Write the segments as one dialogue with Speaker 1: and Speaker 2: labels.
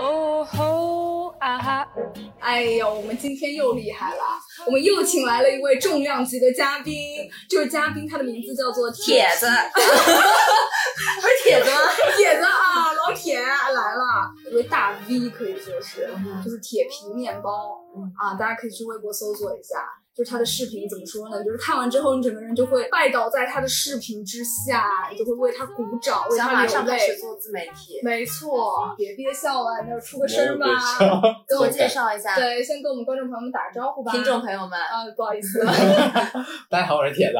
Speaker 1: 哦吼啊哈！
Speaker 2: 哎呦，我们今天又厉害了，我们又请来了一位重量级的嘉宾。这位嘉宾他的名字叫做
Speaker 3: 铁子， 不是铁子吗？
Speaker 2: 铁子啊，老铁来了，一位大 V 可以说是，就是铁皮面包啊，大家可以去微博搜索一下。就是他的视频怎么说呢？就是看完之后，你整个人就会拜倒在他的视频之下，你就会为他鼓掌，为
Speaker 3: 想
Speaker 2: 他
Speaker 3: 马
Speaker 2: 流
Speaker 3: 上开
Speaker 2: 泪
Speaker 3: 始。做自媒体，
Speaker 2: 没错，别憋笑了，你就出个声吧。
Speaker 3: 给我介绍一下
Speaker 2: 对，先跟我们观众朋友们打个招呼吧。
Speaker 3: 听众朋友们。
Speaker 2: 啊，不好意 思，
Speaker 4: 大家好，我是铁子。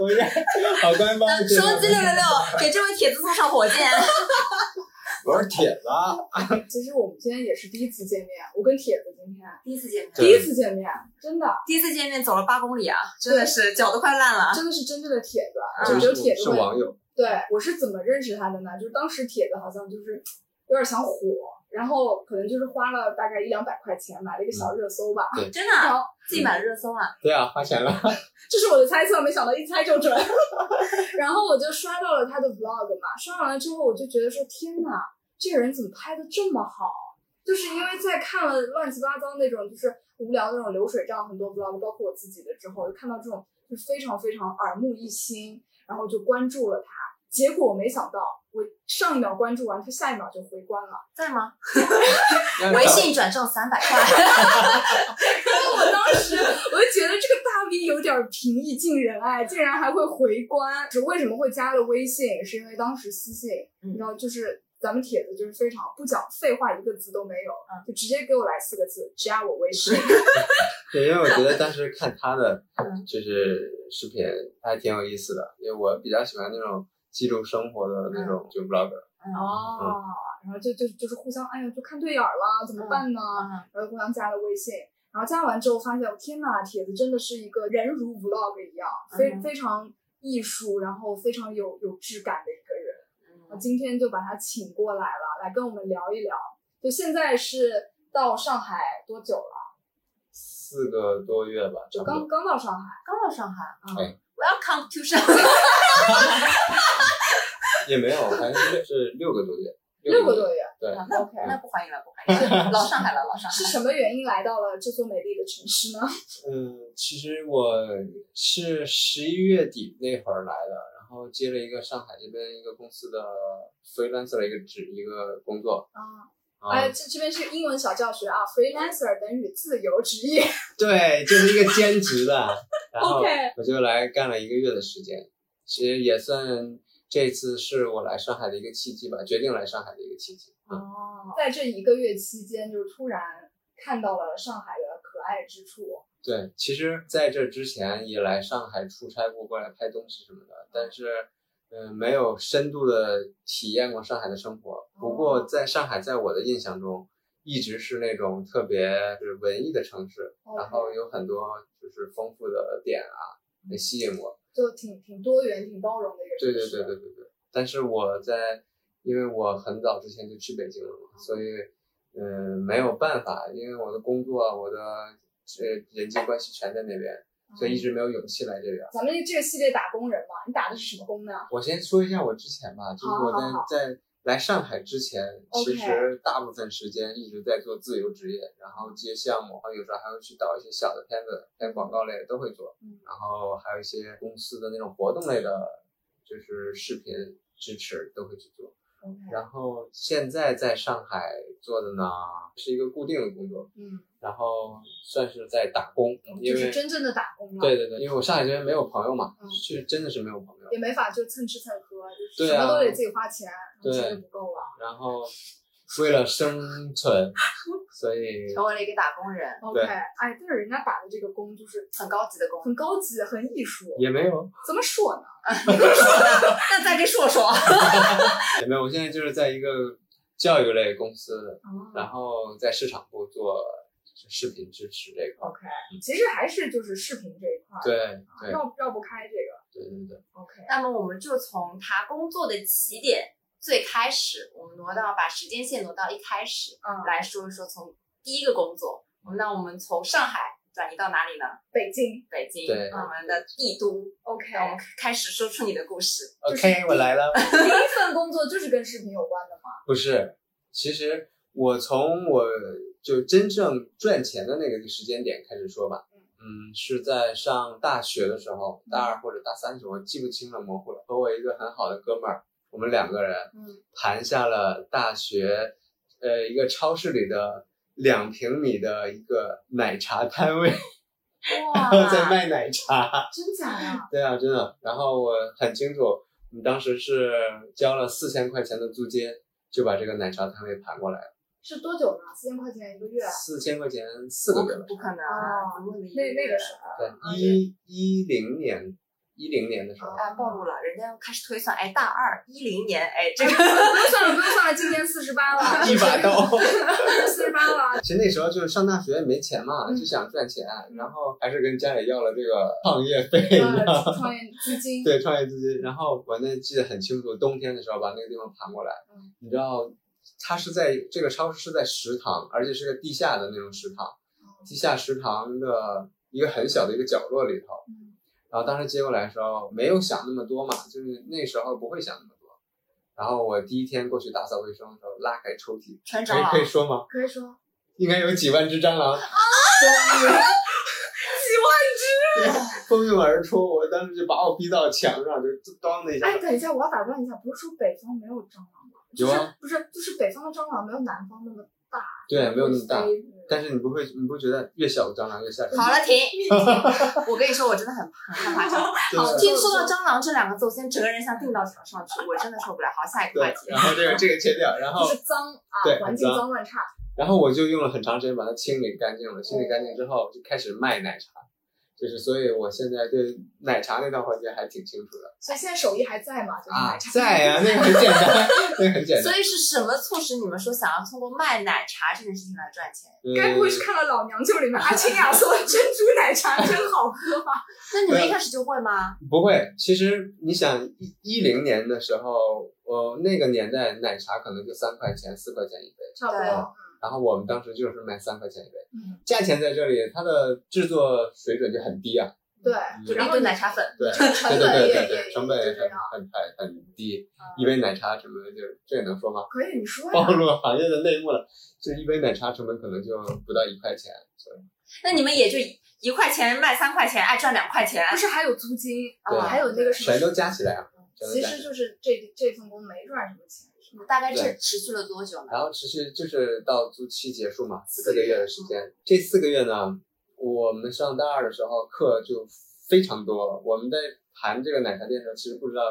Speaker 4: 我是好官方
Speaker 3: 收音机六六六，给这位铁子送上火 箭。
Speaker 4: 我是铁子。
Speaker 2: 其实我们今天也是第一次见面，我跟铁子今天
Speaker 3: 第一次见面，
Speaker 2: 第一次见面，真的
Speaker 3: 第一次见面走了八公里啊，真的是脚都快烂了。
Speaker 2: 真的是真正的铁子，
Speaker 3: 啊
Speaker 2: 就是有铁子
Speaker 4: 是
Speaker 2: 味。
Speaker 4: 网友，
Speaker 2: 对，我是怎么认识他的呢？就是当时铁子好像就是有点想火，然后可能就是花了大概一两百块钱买了一个
Speaker 4: 嗯
Speaker 2: 小热搜吧。
Speaker 3: 真的啊
Speaker 2: 然后
Speaker 3: 自己买了热搜啊，
Speaker 4: 对啊，花钱了。
Speaker 2: 这是我的猜测，没想到一猜就准。 然后我就刷到了他的 vlog 嘛，刷完了之后我就觉得说，天呐，这个人怎么拍的这么好？就是因为在看了乱七八糟那种就是无聊的那种流水账很多 vlog，包括我自己的之后，就看到这种就非常非常耳目一新，然后就关注了他。结果我没想到，我上一秒关注完，他下一秒就回关了。
Speaker 3: 在吗？微信转账三百块，
Speaker 2: 我当时我就觉得这个大 V 有点平易近人哎，竟然还会回关。是为什么会加了微信？是因为当时私信，
Speaker 3: 嗯
Speaker 2: 你知道，就是咱们帖子就是非常不讲废话，一个字都没有，就直接给我来四个字：加我微信。
Speaker 4: 对，因为我觉得当时看他的
Speaker 3: 嗯
Speaker 4: 就是视频，还挺有意思的，因为我比较喜欢那种记录生活的那种就 vlogger。
Speaker 2: 哦，然后就就就是互相，哎呀，就看对眼儿了，怎么办呢？
Speaker 3: 嗯
Speaker 2: 然后互相加了微信。然后加完之后发现，天呐，帖子真的是一个人如 vlog 一样，非、
Speaker 3: 嗯
Speaker 2: 非常艺术，然后非常有有质感的一个人。我今天就把他请过来了，来跟我们聊一聊。就现在是到上海多久了？
Speaker 4: 四个多月吧，差
Speaker 2: 就
Speaker 4: 不
Speaker 2: 刚
Speaker 4: 多。
Speaker 2: 刚到上海，
Speaker 3: 刚到上海啊
Speaker 4: 哎
Speaker 3: ，Welcome to 上 海，
Speaker 4: 也没有，好像是是六个多月。
Speaker 2: 六个
Speaker 4: 月。
Speaker 2: 多月。
Speaker 4: 对，
Speaker 3: 那
Speaker 2: OK
Speaker 3: 那不欢迎了，不欢迎了，老上海了，老上海
Speaker 2: 是
Speaker 3: 了。
Speaker 2: 什么原因来到了这座美丽的城市呢？
Speaker 4: 嗯，其实我是十一月底那会儿来的，然后接了一个上海这边一个公司的 freelancer 的一个职一个工作。
Speaker 2: 啊，
Speaker 4: 啊、
Speaker 2: 哎，这这边是英文小教学啊，freelancer 等于自由职业。
Speaker 4: 对，就是一个兼职的，然后
Speaker 2: OK
Speaker 4: 我就来干了一个月的时间，其实也算这次是我来上海的一个契机吧，决定来上海的一个契机。嗯，
Speaker 3: 哦，
Speaker 2: 在这一个月期间，就是突然看到了上海的可爱之处。
Speaker 4: 对，其实在这之前也来上海出差过，过来拍东西什么的，但是，嗯、没有深度的体验过上海的生活。不过在上海，在我的印象中，一直是那种特别就是文艺的城市，然后有很多就是丰富的点啊，能吸引我。
Speaker 2: 就挺挺多元、挺包容的一个
Speaker 4: 对
Speaker 2: 城
Speaker 4: 对
Speaker 2: 市。
Speaker 4: 对对对对。但是我在，因为我很早之前就去北京了嘛，所以嗯、没有办法，因为我的工作、我的呃人际关系全在那边，所以一直没有勇气来这边。
Speaker 2: 咱们这个系列打工人嘛，你打的是什么工呢？
Speaker 4: 我先说一下我之前吧，就是我在
Speaker 2: 好好好
Speaker 4: 在来上海之前，
Speaker 2: OK
Speaker 4: 其实大部分时间一直在做自由职业，然后接项目，然后有时候还会去导一些小的片子，在广告类都会做
Speaker 2: 嗯，
Speaker 4: 然后还有一些公司的那种活动类的，就是视频支持都会去做。
Speaker 2: OK，
Speaker 4: 然后现在在上海做的呢是一个固定的工作，
Speaker 2: 嗯，
Speaker 4: 然后算是在打工，因
Speaker 2: 就
Speaker 4: 为
Speaker 2: 是真正的打工了。
Speaker 4: 对对对，因为我上海这边没有朋友嘛
Speaker 2: 嗯，
Speaker 4: 是真的是没有朋友。
Speaker 2: 也没法就蹭吃蹭喝，就是
Speaker 4: 对
Speaker 2: 什么
Speaker 4: 啊
Speaker 2: 都得自己花钱，然后
Speaker 4: 对
Speaker 2: 钱就不够了。
Speaker 4: 然后为了生存，所以
Speaker 3: 成为了一个打工人，
Speaker 2: OK，哎，但是人家打的这个工就是
Speaker 3: 很高级的工。
Speaker 2: 很高级，很艺术。
Speaker 4: 也没有
Speaker 2: 怎么说呢？
Speaker 3: 那再跟硕硕，
Speaker 4: 也没有。我现在就是在一个教育类公司，
Speaker 2: 哦
Speaker 4: 然后在市场部做视频支持这块儿。
Speaker 2: ，OK，其实还是就是视频这一块儿，
Speaker 4: 对
Speaker 2: 啊
Speaker 4: 对
Speaker 2: 绕绕不开这个。
Speaker 4: 对对对，
Speaker 2: OK，
Speaker 3: 那么我们就从他工作的起点最开始，我们挪到把时间线挪到一开始
Speaker 2: 嗯，
Speaker 3: 来说一说从第一个工作。那我们从上海转移到哪里呢？
Speaker 2: 北京
Speaker 3: 北京，
Speaker 4: 对
Speaker 3: 我们的帝都。
Speaker 2: ，OK，
Speaker 3: 那我
Speaker 4: 哦
Speaker 3: 们开始说出你的故事。
Speaker 4: OK，我来了。
Speaker 2: 第一份工作就是跟视频有关的嘛。
Speaker 4: 不是，其实我从我就真正赚钱的那个时间点开始说吧。嗯，是在上大学的时候，大二或者大三的时候，我记不清了，模糊了。和我一个很好的哥们儿，我们两个人
Speaker 2: 嗯，
Speaker 4: 盘下了大学，呃，一个超市里的两平米的一个奶茶摊位，
Speaker 3: 哇
Speaker 4: 在卖奶茶。
Speaker 2: 真假呀？
Speaker 4: 对啊，真的。然后我很清楚，我们当时是交了四千块钱的租金，就把这个奶茶摊位盘过来了。
Speaker 2: 是多久呢？四千块钱一个月？
Speaker 4: 四千块钱四个月吧，
Speaker 3: 不可能
Speaker 2: 啊
Speaker 3: 怎么可能
Speaker 2: 那那个时候，
Speaker 4: 对，一一零年，一零年的时候，
Speaker 3: 哎，暴露了，人家要开始推算，哎，大二一零年，哎，这
Speaker 2: 呃不
Speaker 3: 个
Speaker 2: 用算了，不用算了，今年四十八了，
Speaker 4: 一把刀。
Speaker 2: 四十八 了。
Speaker 4: 其实那时候就是上大学没钱嘛，就想赚钱，然后还是跟家里要了这个创业费，你知道吗
Speaker 2: 呃，创业基金，
Speaker 4: 对，创业资金。然后我那记得很清楚，冬天的时候把那个地方盘过来，
Speaker 2: 嗯
Speaker 4: 你知道，它是在这个超市是在食堂，而且是个地下的那种食堂，地下食堂的一个很小的一个角落里头。
Speaker 2: 嗯
Speaker 4: 然后当时接过来的时候，没有想那么多嘛，就是那时候不会想那么多。然后我第一天过去打扫卫生的时候，拉开抽屉，
Speaker 3: 全
Speaker 4: 可
Speaker 3: 长
Speaker 4: 以
Speaker 3: 老
Speaker 4: 可以说吗？
Speaker 2: 可以说
Speaker 4: 应该有几万只蟑 螂，蜂拥而出。我当时就把我逼到墙上，就当的一下
Speaker 2: 哎，，等一下，我要打断一下，不是说北方没有蟑螂吗？
Speaker 4: 有啊
Speaker 2: 就是不是，就是北方的蟑螂没有南方那么大，
Speaker 4: 对，没有那么大。
Speaker 2: 会飞
Speaker 4: 但是你不会，你不觉得越小的蟑螂越吓人？
Speaker 3: 好了，停！我跟你说，我真的很怕很怕蟑螂。
Speaker 4: 对
Speaker 3: 好，
Speaker 2: 了
Speaker 3: 听说到蟑螂这两个字，我先整个人像钉到墙上去，我真的受不了。好，下一个话
Speaker 4: 对
Speaker 3: 题，。
Speaker 4: 然后这个这个切掉，然后
Speaker 2: 就是脏啊
Speaker 4: 对，
Speaker 2: 环境
Speaker 4: 很
Speaker 2: 脏乱差。
Speaker 4: 然后我就用了很长时间把它清理干净了。清理干净之后，就开始卖奶茶，就是所以我现在对奶茶那道环节还挺清楚的
Speaker 2: 所以现在手艺还在嘛？就是
Speaker 4: 啊
Speaker 2: 奶，茶。
Speaker 4: 在呀、那个很简单，那个很简
Speaker 3: 所
Speaker 4: 单。
Speaker 3: 以是什么促使你们说想要通过卖奶茶这件事情来赚钱？
Speaker 2: 该不会是
Speaker 4: 嗯
Speaker 2: 看了《老娘舅》里面阿青雅说的珍珠奶茶真好喝吧？
Speaker 3: 那你们一开始就会吗？
Speaker 4: 不会？其实你想一一零年的时候，我、那个年代奶茶可能就三块钱、四块钱一杯。
Speaker 2: 差不
Speaker 3: 对
Speaker 2: 多
Speaker 4: 啊。然后我们当时就是卖三块钱一杯，
Speaker 2: 嗯
Speaker 4: 价钱在这里，它的制作水准就很低啊。
Speaker 2: 对，
Speaker 3: 就
Speaker 2: 然
Speaker 3: 一
Speaker 2: 后
Speaker 3: 堆
Speaker 2: 你
Speaker 3: 奶茶粉，
Speaker 4: 对，
Speaker 2: 成本
Speaker 4: 对对
Speaker 2: 也
Speaker 4: 对
Speaker 2: 也
Speaker 4: 对，成本
Speaker 2: 也
Speaker 4: 也
Speaker 2: 就这
Speaker 4: 很
Speaker 2: 样
Speaker 4: 很很很低，
Speaker 2: 嗯
Speaker 4: 一杯奶茶什么的，就这也能说吗？
Speaker 2: 可以，你说
Speaker 4: 暴
Speaker 2: 呀。
Speaker 4: 露行业的内幕了，就一杯奶茶成本可能就不到一块钱，所以
Speaker 3: 那你们也就一一块钱卖三块钱，爱赚两块钱。
Speaker 2: 不是还有租金
Speaker 4: 对
Speaker 2: 啊，还有那个什么
Speaker 4: 全都加起来啊。全都
Speaker 2: 其
Speaker 4: 加起
Speaker 2: 实
Speaker 4: 来
Speaker 2: 就是这这份工没赚什么钱，是吧？
Speaker 3: 大概这
Speaker 4: 对
Speaker 3: 持续了多久呢？
Speaker 4: 然后持续就是到租期结束嘛，
Speaker 2: 四
Speaker 4: 四
Speaker 2: 个
Speaker 4: 个
Speaker 2: 月
Speaker 4: 月的时间。这四个月呢，我们上大二的时候课就非常多，我们在盘这个奶茶店的时候，其实不知道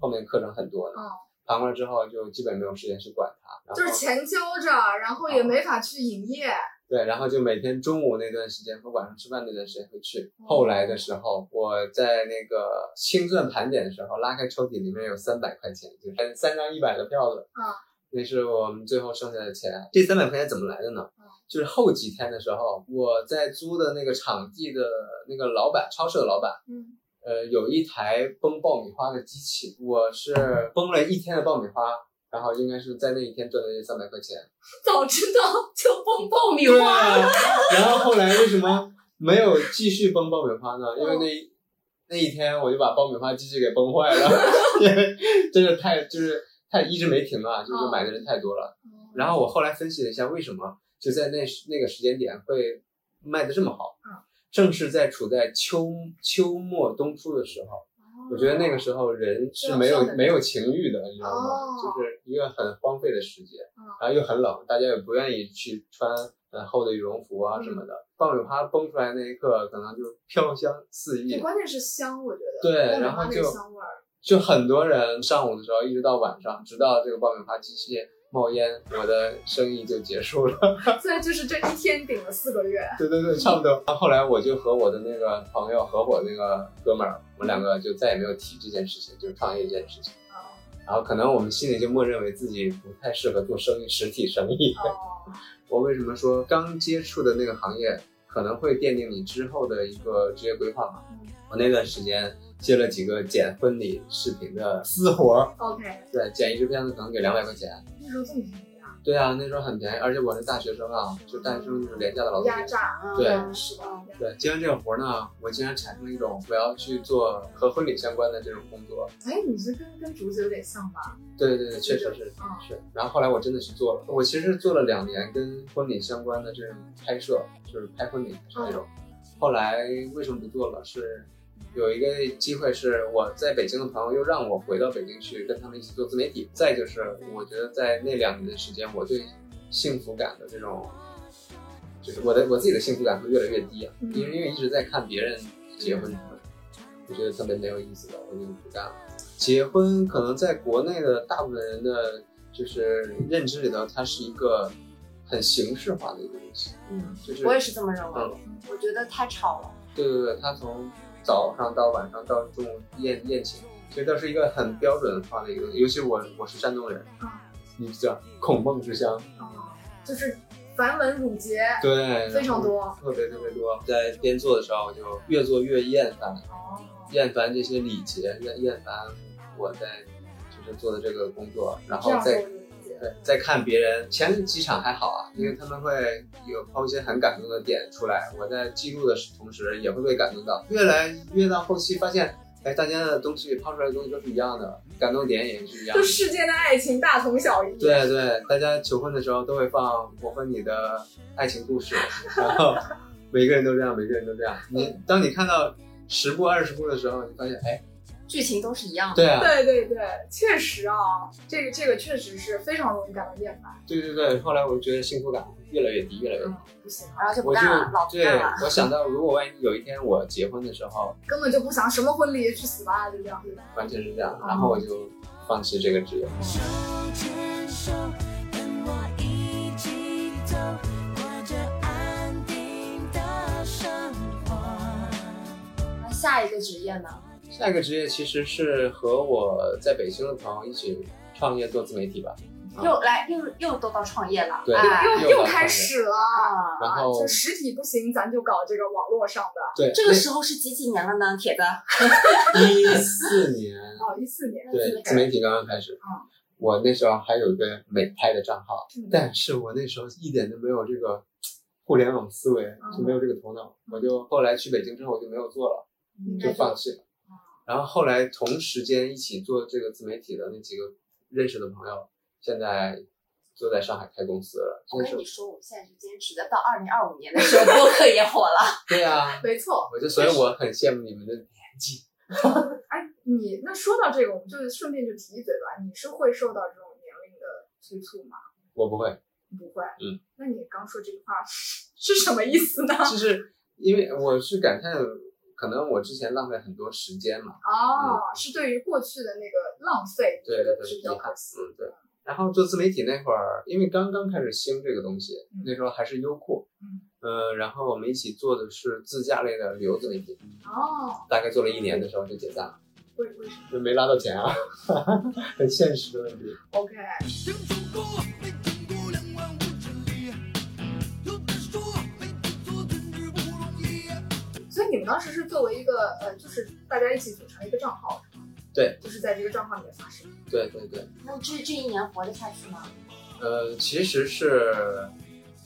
Speaker 4: 后面课程很多呢。
Speaker 2: 嗯
Speaker 4: 盘完了之后就基本没有时间去管它，然后
Speaker 2: 就是钱交着，然后
Speaker 4: 哦
Speaker 2: 也没法去营业。
Speaker 4: 对，然后就每天中午那段时间和晚上吃饭那段时间会去。
Speaker 2: 哦
Speaker 4: 后来的时候，我在那个清算盘点的时候，拉开抽屉，里面有三百块钱，就是三张一百的票子。
Speaker 2: 嗯，
Speaker 4: 那是我们最后剩下的钱。这三百块钱怎么来的呢
Speaker 2: 嗯？
Speaker 4: 就是后几天的时候，我在租的那个场地的那个老板，超市的老板，
Speaker 2: 嗯，
Speaker 4: 呃，有一台崩爆米花的机器，我是崩了一天的爆米花，然后应该是在那一天赚的这三百块钱。
Speaker 2: 早知道就崩爆米
Speaker 4: 对
Speaker 2: 花。
Speaker 4: 啊，然后后来为什么没有继续崩爆米花呢？因为那一那一天我就把爆米花机器给崩坏了，因为真的太就是太一直没停啊，就是买的人太多了。
Speaker 2: 嗯
Speaker 4: 然后我后来分析了一下，为什么就在那时那个时间点会卖的这么好
Speaker 2: 嗯？
Speaker 4: 正是在处在秋秋末冬初的时候，
Speaker 2: 哦
Speaker 4: 我觉得那个时候人是没有
Speaker 2: 对
Speaker 4: 没有情欲的，你知道
Speaker 2: 哦
Speaker 4: 吗？就是一个很荒废的时节
Speaker 2: 嗯，
Speaker 4: 然后又很冷，大家也不愿意去穿很厚的羽绒服啊什么的。爆米花崩出来那一刻，可能就飘香四
Speaker 2: 对，
Speaker 4: 溢，
Speaker 2: 关键是香，我觉得。
Speaker 4: 对
Speaker 2: 爆米
Speaker 4: 然
Speaker 2: 花
Speaker 4: 后
Speaker 2: 那
Speaker 4: 就
Speaker 2: 个香味儿。
Speaker 4: 就很多人上午的时候一直到晚上，直到这个爆米花机器冒烟，我的生意就结束了。
Speaker 2: 所以就是这一天顶了四个月。
Speaker 4: 对对对，差不多。后来我就和我的那个朋友合伙那个哥们儿，我们两个就再也没有提这件事情，就是创业这件事情。然后可能我们心里就默认为自己不太适合做生意，实体生意。
Speaker 2: 哦，
Speaker 4: 我为什么说刚接触的那个行业可能会奠定你之后的一个职业规划嘛？我那段时间接了几个剪婚礼视频的私活儿，
Speaker 2: OK，
Speaker 4: 对，剪一支片子可能给两百块钱。
Speaker 2: 那时候这么便宜啊，
Speaker 4: 对啊，那时候很便宜，而且我是大学生啊，就大学生就是廉价的劳动力
Speaker 2: 压。榨，嗯
Speaker 4: 嗯对
Speaker 2: 是吧？
Speaker 4: 对，接完这个活儿呢，我竟然产生了一种我要去做和婚礼相关的这种工作。
Speaker 2: 哎，你这跟跟竹子有点像吧？
Speaker 4: 对对对，确实是
Speaker 2: 嗯
Speaker 4: 是。然后后来我真的去做了，我其实做了两年跟婚礼相关的这种拍摄，就是拍婚礼那种。
Speaker 2: 嗯
Speaker 4: 后来为什么不做了？是有一个机会是我在北京的朋友又让我回到北京去跟他们一起做自媒体。再就是我觉得在那两年的时间，我对幸福感的这种，就是我的我自己的幸福感会越来越低啊，
Speaker 2: 嗯
Speaker 4: 因为因为一直在看别人结婚什么的，我觉得特别没有意思的，我就不干了。结婚可能在国内的大部分人的就是认知里头，它是一个很形式化的一个东西，
Speaker 3: 嗯，
Speaker 4: 就是
Speaker 3: 我也是这么认为的
Speaker 4: 嗯，
Speaker 3: 我觉得太吵了。
Speaker 4: 对对对，它从早上到晚上到中午宴宴请，其实都是一个很标准化的一个东西。尤其我我是山东人，
Speaker 2: 啊，
Speaker 4: 你知道孔孟之乡，
Speaker 2: 哦，就是繁文缛节
Speaker 4: 对，
Speaker 2: 非常多。
Speaker 4: 特别特别多。在边做的时候，我就越做越厌烦，
Speaker 2: 哦，
Speaker 4: 厌烦这些礼节，厌厌烦我在就是做的这个工作，然
Speaker 2: 这
Speaker 4: 后
Speaker 2: 样做
Speaker 4: 再
Speaker 2: 理解。
Speaker 4: 对，再看别人前几场还好啊，因为他们会有抛一些很感动的点出来，我在记录的同时也会被感动到。越来越到后期发现，哎，大家的东西抛出来的东西都是一样的，感动点也是一样
Speaker 2: 就
Speaker 4: 的。
Speaker 2: 世间的爱情大同小异。
Speaker 4: 对对，大家求婚的时候都会放我和你的爱情故事，然后每个人都这样，每个人都这样。你当你看到十部二十部的时候，你发现，哎，
Speaker 3: 剧情都是一样的。
Speaker 4: 对啊，
Speaker 2: 对对对，确实啊，这个这个确实是非常容易感到厌烦。
Speaker 4: 对对对。后来我觉得幸福感越来越低，越来越低
Speaker 2: 嗯。，不行啊，
Speaker 3: 然后就不
Speaker 4: 我就
Speaker 3: 干了，老不
Speaker 4: 对
Speaker 3: 干了。，
Speaker 4: 我想到如果万一有一天我结婚的时候，
Speaker 2: 根本就不想什么婚礼去死吧，就这样。
Speaker 4: 完全是这样，然后我就放弃这个职业。
Speaker 5: 手牵手，跟我一起走，过着安定的生活。
Speaker 3: 那下一个职业呢？
Speaker 4: 下一个职业其实是和我在北京的朋友一起创业做自媒体吧，啊
Speaker 3: 又来又又都到创业了，
Speaker 4: 对
Speaker 3: 哎
Speaker 2: 又
Speaker 4: 又
Speaker 2: 又
Speaker 4: 到
Speaker 2: 开始了。
Speaker 3: 啊，
Speaker 4: 然后
Speaker 2: 就实体不行，咱就搞这个网络上的。
Speaker 4: 对
Speaker 3: 这个时候是几几年了呢，铁子？
Speaker 4: 一四年，
Speaker 2: 哦，一四年，
Speaker 4: 对自媒体刚刚开始
Speaker 2: 嗯，
Speaker 4: 我那时候还有一个美拍的账号，
Speaker 2: 嗯
Speaker 4: 但是我那时候一点都没有这个互联网思维，就没有这个头脑，我就后来去北京之后我就没有做了。
Speaker 2: 应
Speaker 4: 就
Speaker 2: 该
Speaker 4: 放弃了。
Speaker 2: 啊
Speaker 4: 然后后来同时间一起做这个自媒体的那几个认识的朋友，现在都在上海开公司了。
Speaker 3: 我
Speaker 2: 哦
Speaker 3: 跟
Speaker 4: 真是
Speaker 3: 你说，我现在是坚持的，到二零二五年的时候，播客也火了。
Speaker 4: 对啊，
Speaker 2: 没错。
Speaker 4: 我就所以我很羡慕你们的年纪。
Speaker 2: 哎，你那说到这个，我们就顺便就提一嘴吧。你是会受到这种年龄的催促吗？
Speaker 4: 我不会，
Speaker 2: 不会。
Speaker 4: 嗯。
Speaker 2: 那你刚说这句话是 什么意思呢？
Speaker 4: 就是因为我是感叹，可能我之前浪费很多时间嘛。
Speaker 2: 哦，是对于过去的那个浪费，
Speaker 4: 嗯对
Speaker 2: 你觉得
Speaker 4: 对对
Speaker 2: 是比较可惜。
Speaker 4: 嗯，对。然后做自媒体那会儿，因为刚刚开始兴这个东西
Speaker 2: 嗯，
Speaker 4: 那时候还是优酷。
Speaker 2: 嗯。
Speaker 4: 呃，然后我们一起做的是自驾类的旅游自媒体，
Speaker 2: 哦，
Speaker 4: 大概做了一年的时候就解散了。
Speaker 2: 为为什么
Speaker 4: 就没拉到钱啊， 很现实的问题。
Speaker 2: ？OK，
Speaker 5: 想走过没走过两万五千里，有的说没对错真是不容易。
Speaker 2: 所以你们当时是作为一个呃，就是大家一起组成一个账号，是吗？
Speaker 4: 对，
Speaker 2: 就是在这个账号里面发生。
Speaker 4: 对对对，
Speaker 3: 那这这一年活得下去吗？
Speaker 4: 呃，其实是，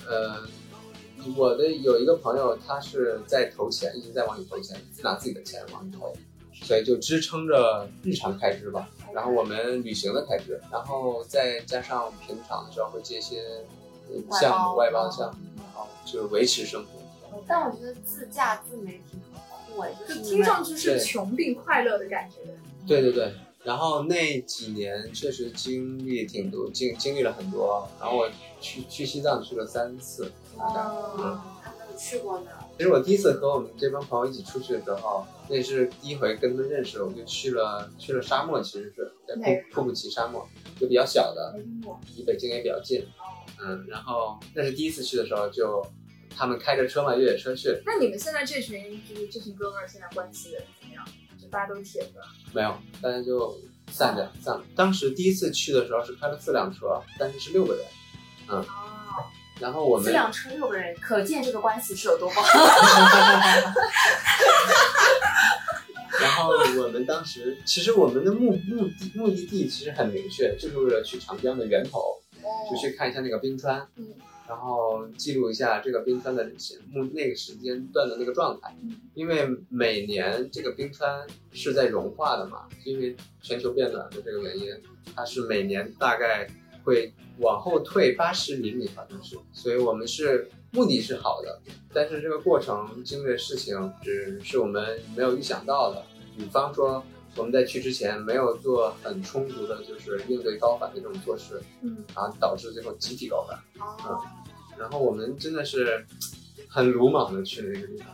Speaker 4: 呃，我的有一个朋友，他是在投钱，一直在往里投钱，拿自己的钱往里投，所以就支撑着日常开支吧。然后我们旅行的开支，然后再加上平常的时候会接一些呃
Speaker 3: 外
Speaker 4: 项
Speaker 3: 包
Speaker 4: 目，外包的项目，然后就是维持生活。
Speaker 3: 嗯但我觉得自驾自媒体很酷哎，就
Speaker 2: 就是听上去
Speaker 4: 对
Speaker 2: 是穷并快乐的感觉。
Speaker 4: 对对对，然后那几年确实经历挺多，经经历了很多。然后我去去西藏去了三次，大概。嗯
Speaker 3: 哦，还没有去过呢。
Speaker 4: 其实我第一次和我们这帮朋友一起出去的时候，那是第一回跟他们认识，我就去了去了沙漠，其实是在
Speaker 2: 哪个
Speaker 4: 库库布齐沙漠，就比较小的，
Speaker 2: 没听过。
Speaker 4: 离北京也比较近。
Speaker 2: 哦，
Speaker 4: 嗯，然后那是第一次去的时候就，他们开着车嘛，越野车去，
Speaker 2: 那你们现在这群就是这群哥们儿现在关系怎么样？就大家都是铁子，
Speaker 4: 没有，大家就散着散着。当时第一次去的时候是开了四辆车，但是是六个人。嗯
Speaker 2: 哦，
Speaker 4: 然后我
Speaker 3: 四
Speaker 4: 们
Speaker 3: 辆车六个人，可见这个关系是有多 不好。
Speaker 4: 然后我们当时其实我们的目目的目的地其实很明确，就是为了去长江的源头，就去看一下那个冰川，
Speaker 2: 嗯
Speaker 4: 然后记录一下这个冰川的目那个时间段的那个状态，因为每年这个冰川是在融化的嘛，因为全球变暖的这个原因，它是每年大概会往后退八十厘米，好像是，所以我们是目的是好的，但是这个过程经历的事情只是我们没有预想到的。比方说，我们在去之前没有做很充足的，就是应对高反的这种措施，
Speaker 2: 嗯，
Speaker 4: 然后导致最后集体高反。
Speaker 2: 哦，
Speaker 4: 然后我们真的是很鲁莽的去了一个地方，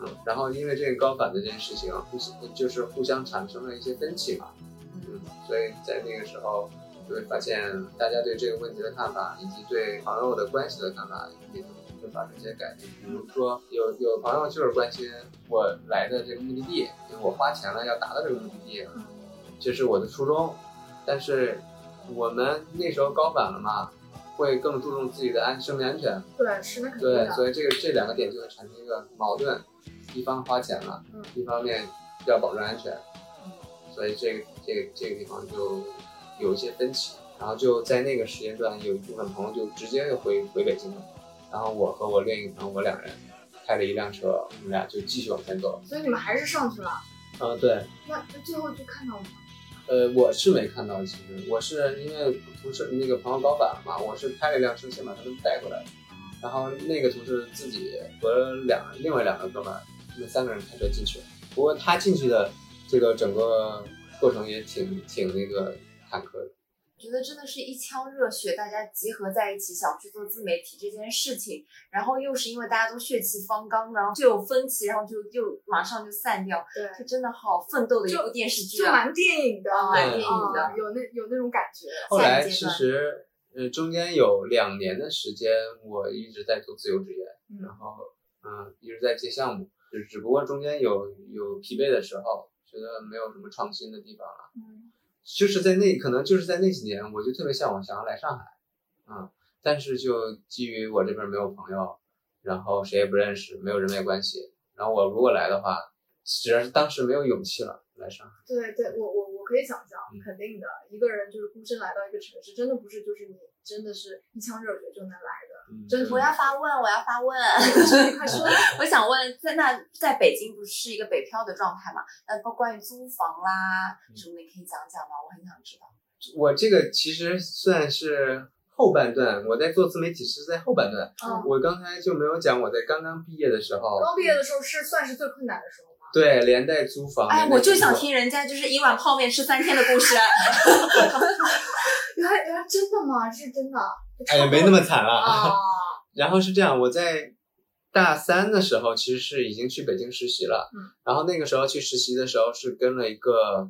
Speaker 4: 嗯，然后因为这个高反的这件事情，啊互就是互相产生了一些分歧嘛，嗯，所以在那个时候就会发现大家对这个问题的看法，以及对朋友的关系的看法也会发生一些改变。比如说，有有朋友就是关心我来的这个目的地，因为我花钱了要达到这个目的地，啊这是我的初衷，但是我们那时候高反了嘛。会更注重自己的安生命安全，
Speaker 2: 对，是那肯定
Speaker 4: 对，
Speaker 2: 的。
Speaker 4: 所以这个这两个点就会产生一个矛盾，一方花钱了，
Speaker 2: 嗯
Speaker 4: 一方面要保证安全，嗯所以这个这个这个地方就有一些分歧，然后就在那个时间段，有一部分朋友就直接就回回北京了，然后我和我另一个朋友，我两人开了一辆车，我们俩就继续往前走。
Speaker 2: 所以你们还是上去了，
Speaker 4: 嗯，对，
Speaker 2: 那那最后就看到我们
Speaker 4: 呃，我是没看到，其实我是因为同事那个朋友高反了嘛，我是开了一辆车先把他们带回来，然后那个同事自己和两另外两个哥们儿，他们三个人开车进去。不过他进去的这个整个过程也挺挺那个坎坷的。
Speaker 3: 觉得真的是一腔热血，大家集合在一起想去做自媒体这件事情，然后又是因为大家都血气方刚，然后就有分歧，然后就又马上就散掉，这
Speaker 2: 对，
Speaker 3: 真的好奋斗的一
Speaker 2: 就
Speaker 3: 部电视剧
Speaker 2: 就
Speaker 3: 啊！
Speaker 2: 蛮电影的，
Speaker 3: 啊
Speaker 4: 蛮电
Speaker 3: 影的
Speaker 2: 啊有那有那种感觉。
Speaker 4: 后
Speaker 3: 下
Speaker 4: 来
Speaker 3: 一阶
Speaker 4: 其
Speaker 3: 段
Speaker 4: 实，呃，中间有两年的时间，我一直在做自由职业，然后嗯，一直在接项目，只只不过中间有有疲惫的时候，觉得没有什么创新的地方了。
Speaker 2: 嗯，
Speaker 4: 就是在那可能就是在那几年，我就特别向往想要来上海，嗯，但是就基于我这边没有朋友，然后谁也不认识，没有人脉关系，然后我如果来的话，只要是当时没有勇气了来上海，
Speaker 2: 对对，我我我可以想象
Speaker 4: 嗯，
Speaker 2: 肯定的，一个人就是孤身来到一个城市，真的不是就是你真的是一腔热血就能来的。
Speaker 4: 嗯
Speaker 2: 真
Speaker 3: 我要发问，我要发问，
Speaker 2: 快说，
Speaker 3: 我想问，在那在北京不是一个北漂的状态嘛？那关关于租房啦
Speaker 4: 嗯
Speaker 3: 什么的，可以讲讲吗？我很想知道。
Speaker 4: 我这个其实算是后半段，我在做自媒体是在后半段。
Speaker 3: 哦
Speaker 2: 嗯，
Speaker 4: 我刚才就没有讲，我在刚刚毕业的时候，
Speaker 2: 刚毕业的时候是算是最困难的时候吧。
Speaker 4: 对，连带租房。
Speaker 3: 哎，
Speaker 4: 连带
Speaker 3: 我就想
Speaker 4: 工作。
Speaker 3: 听人家就是一碗泡面吃三天的故事。啊
Speaker 2: 原来原来真的吗？是真的。
Speaker 4: 哎呀，没那么惨了。
Speaker 3: 哦
Speaker 2: 啊，
Speaker 4: 然后是这样，我在大三的时候其实是已经去北京实习了，
Speaker 2: 嗯
Speaker 4: 然后那个时候去实习的时候是跟了一个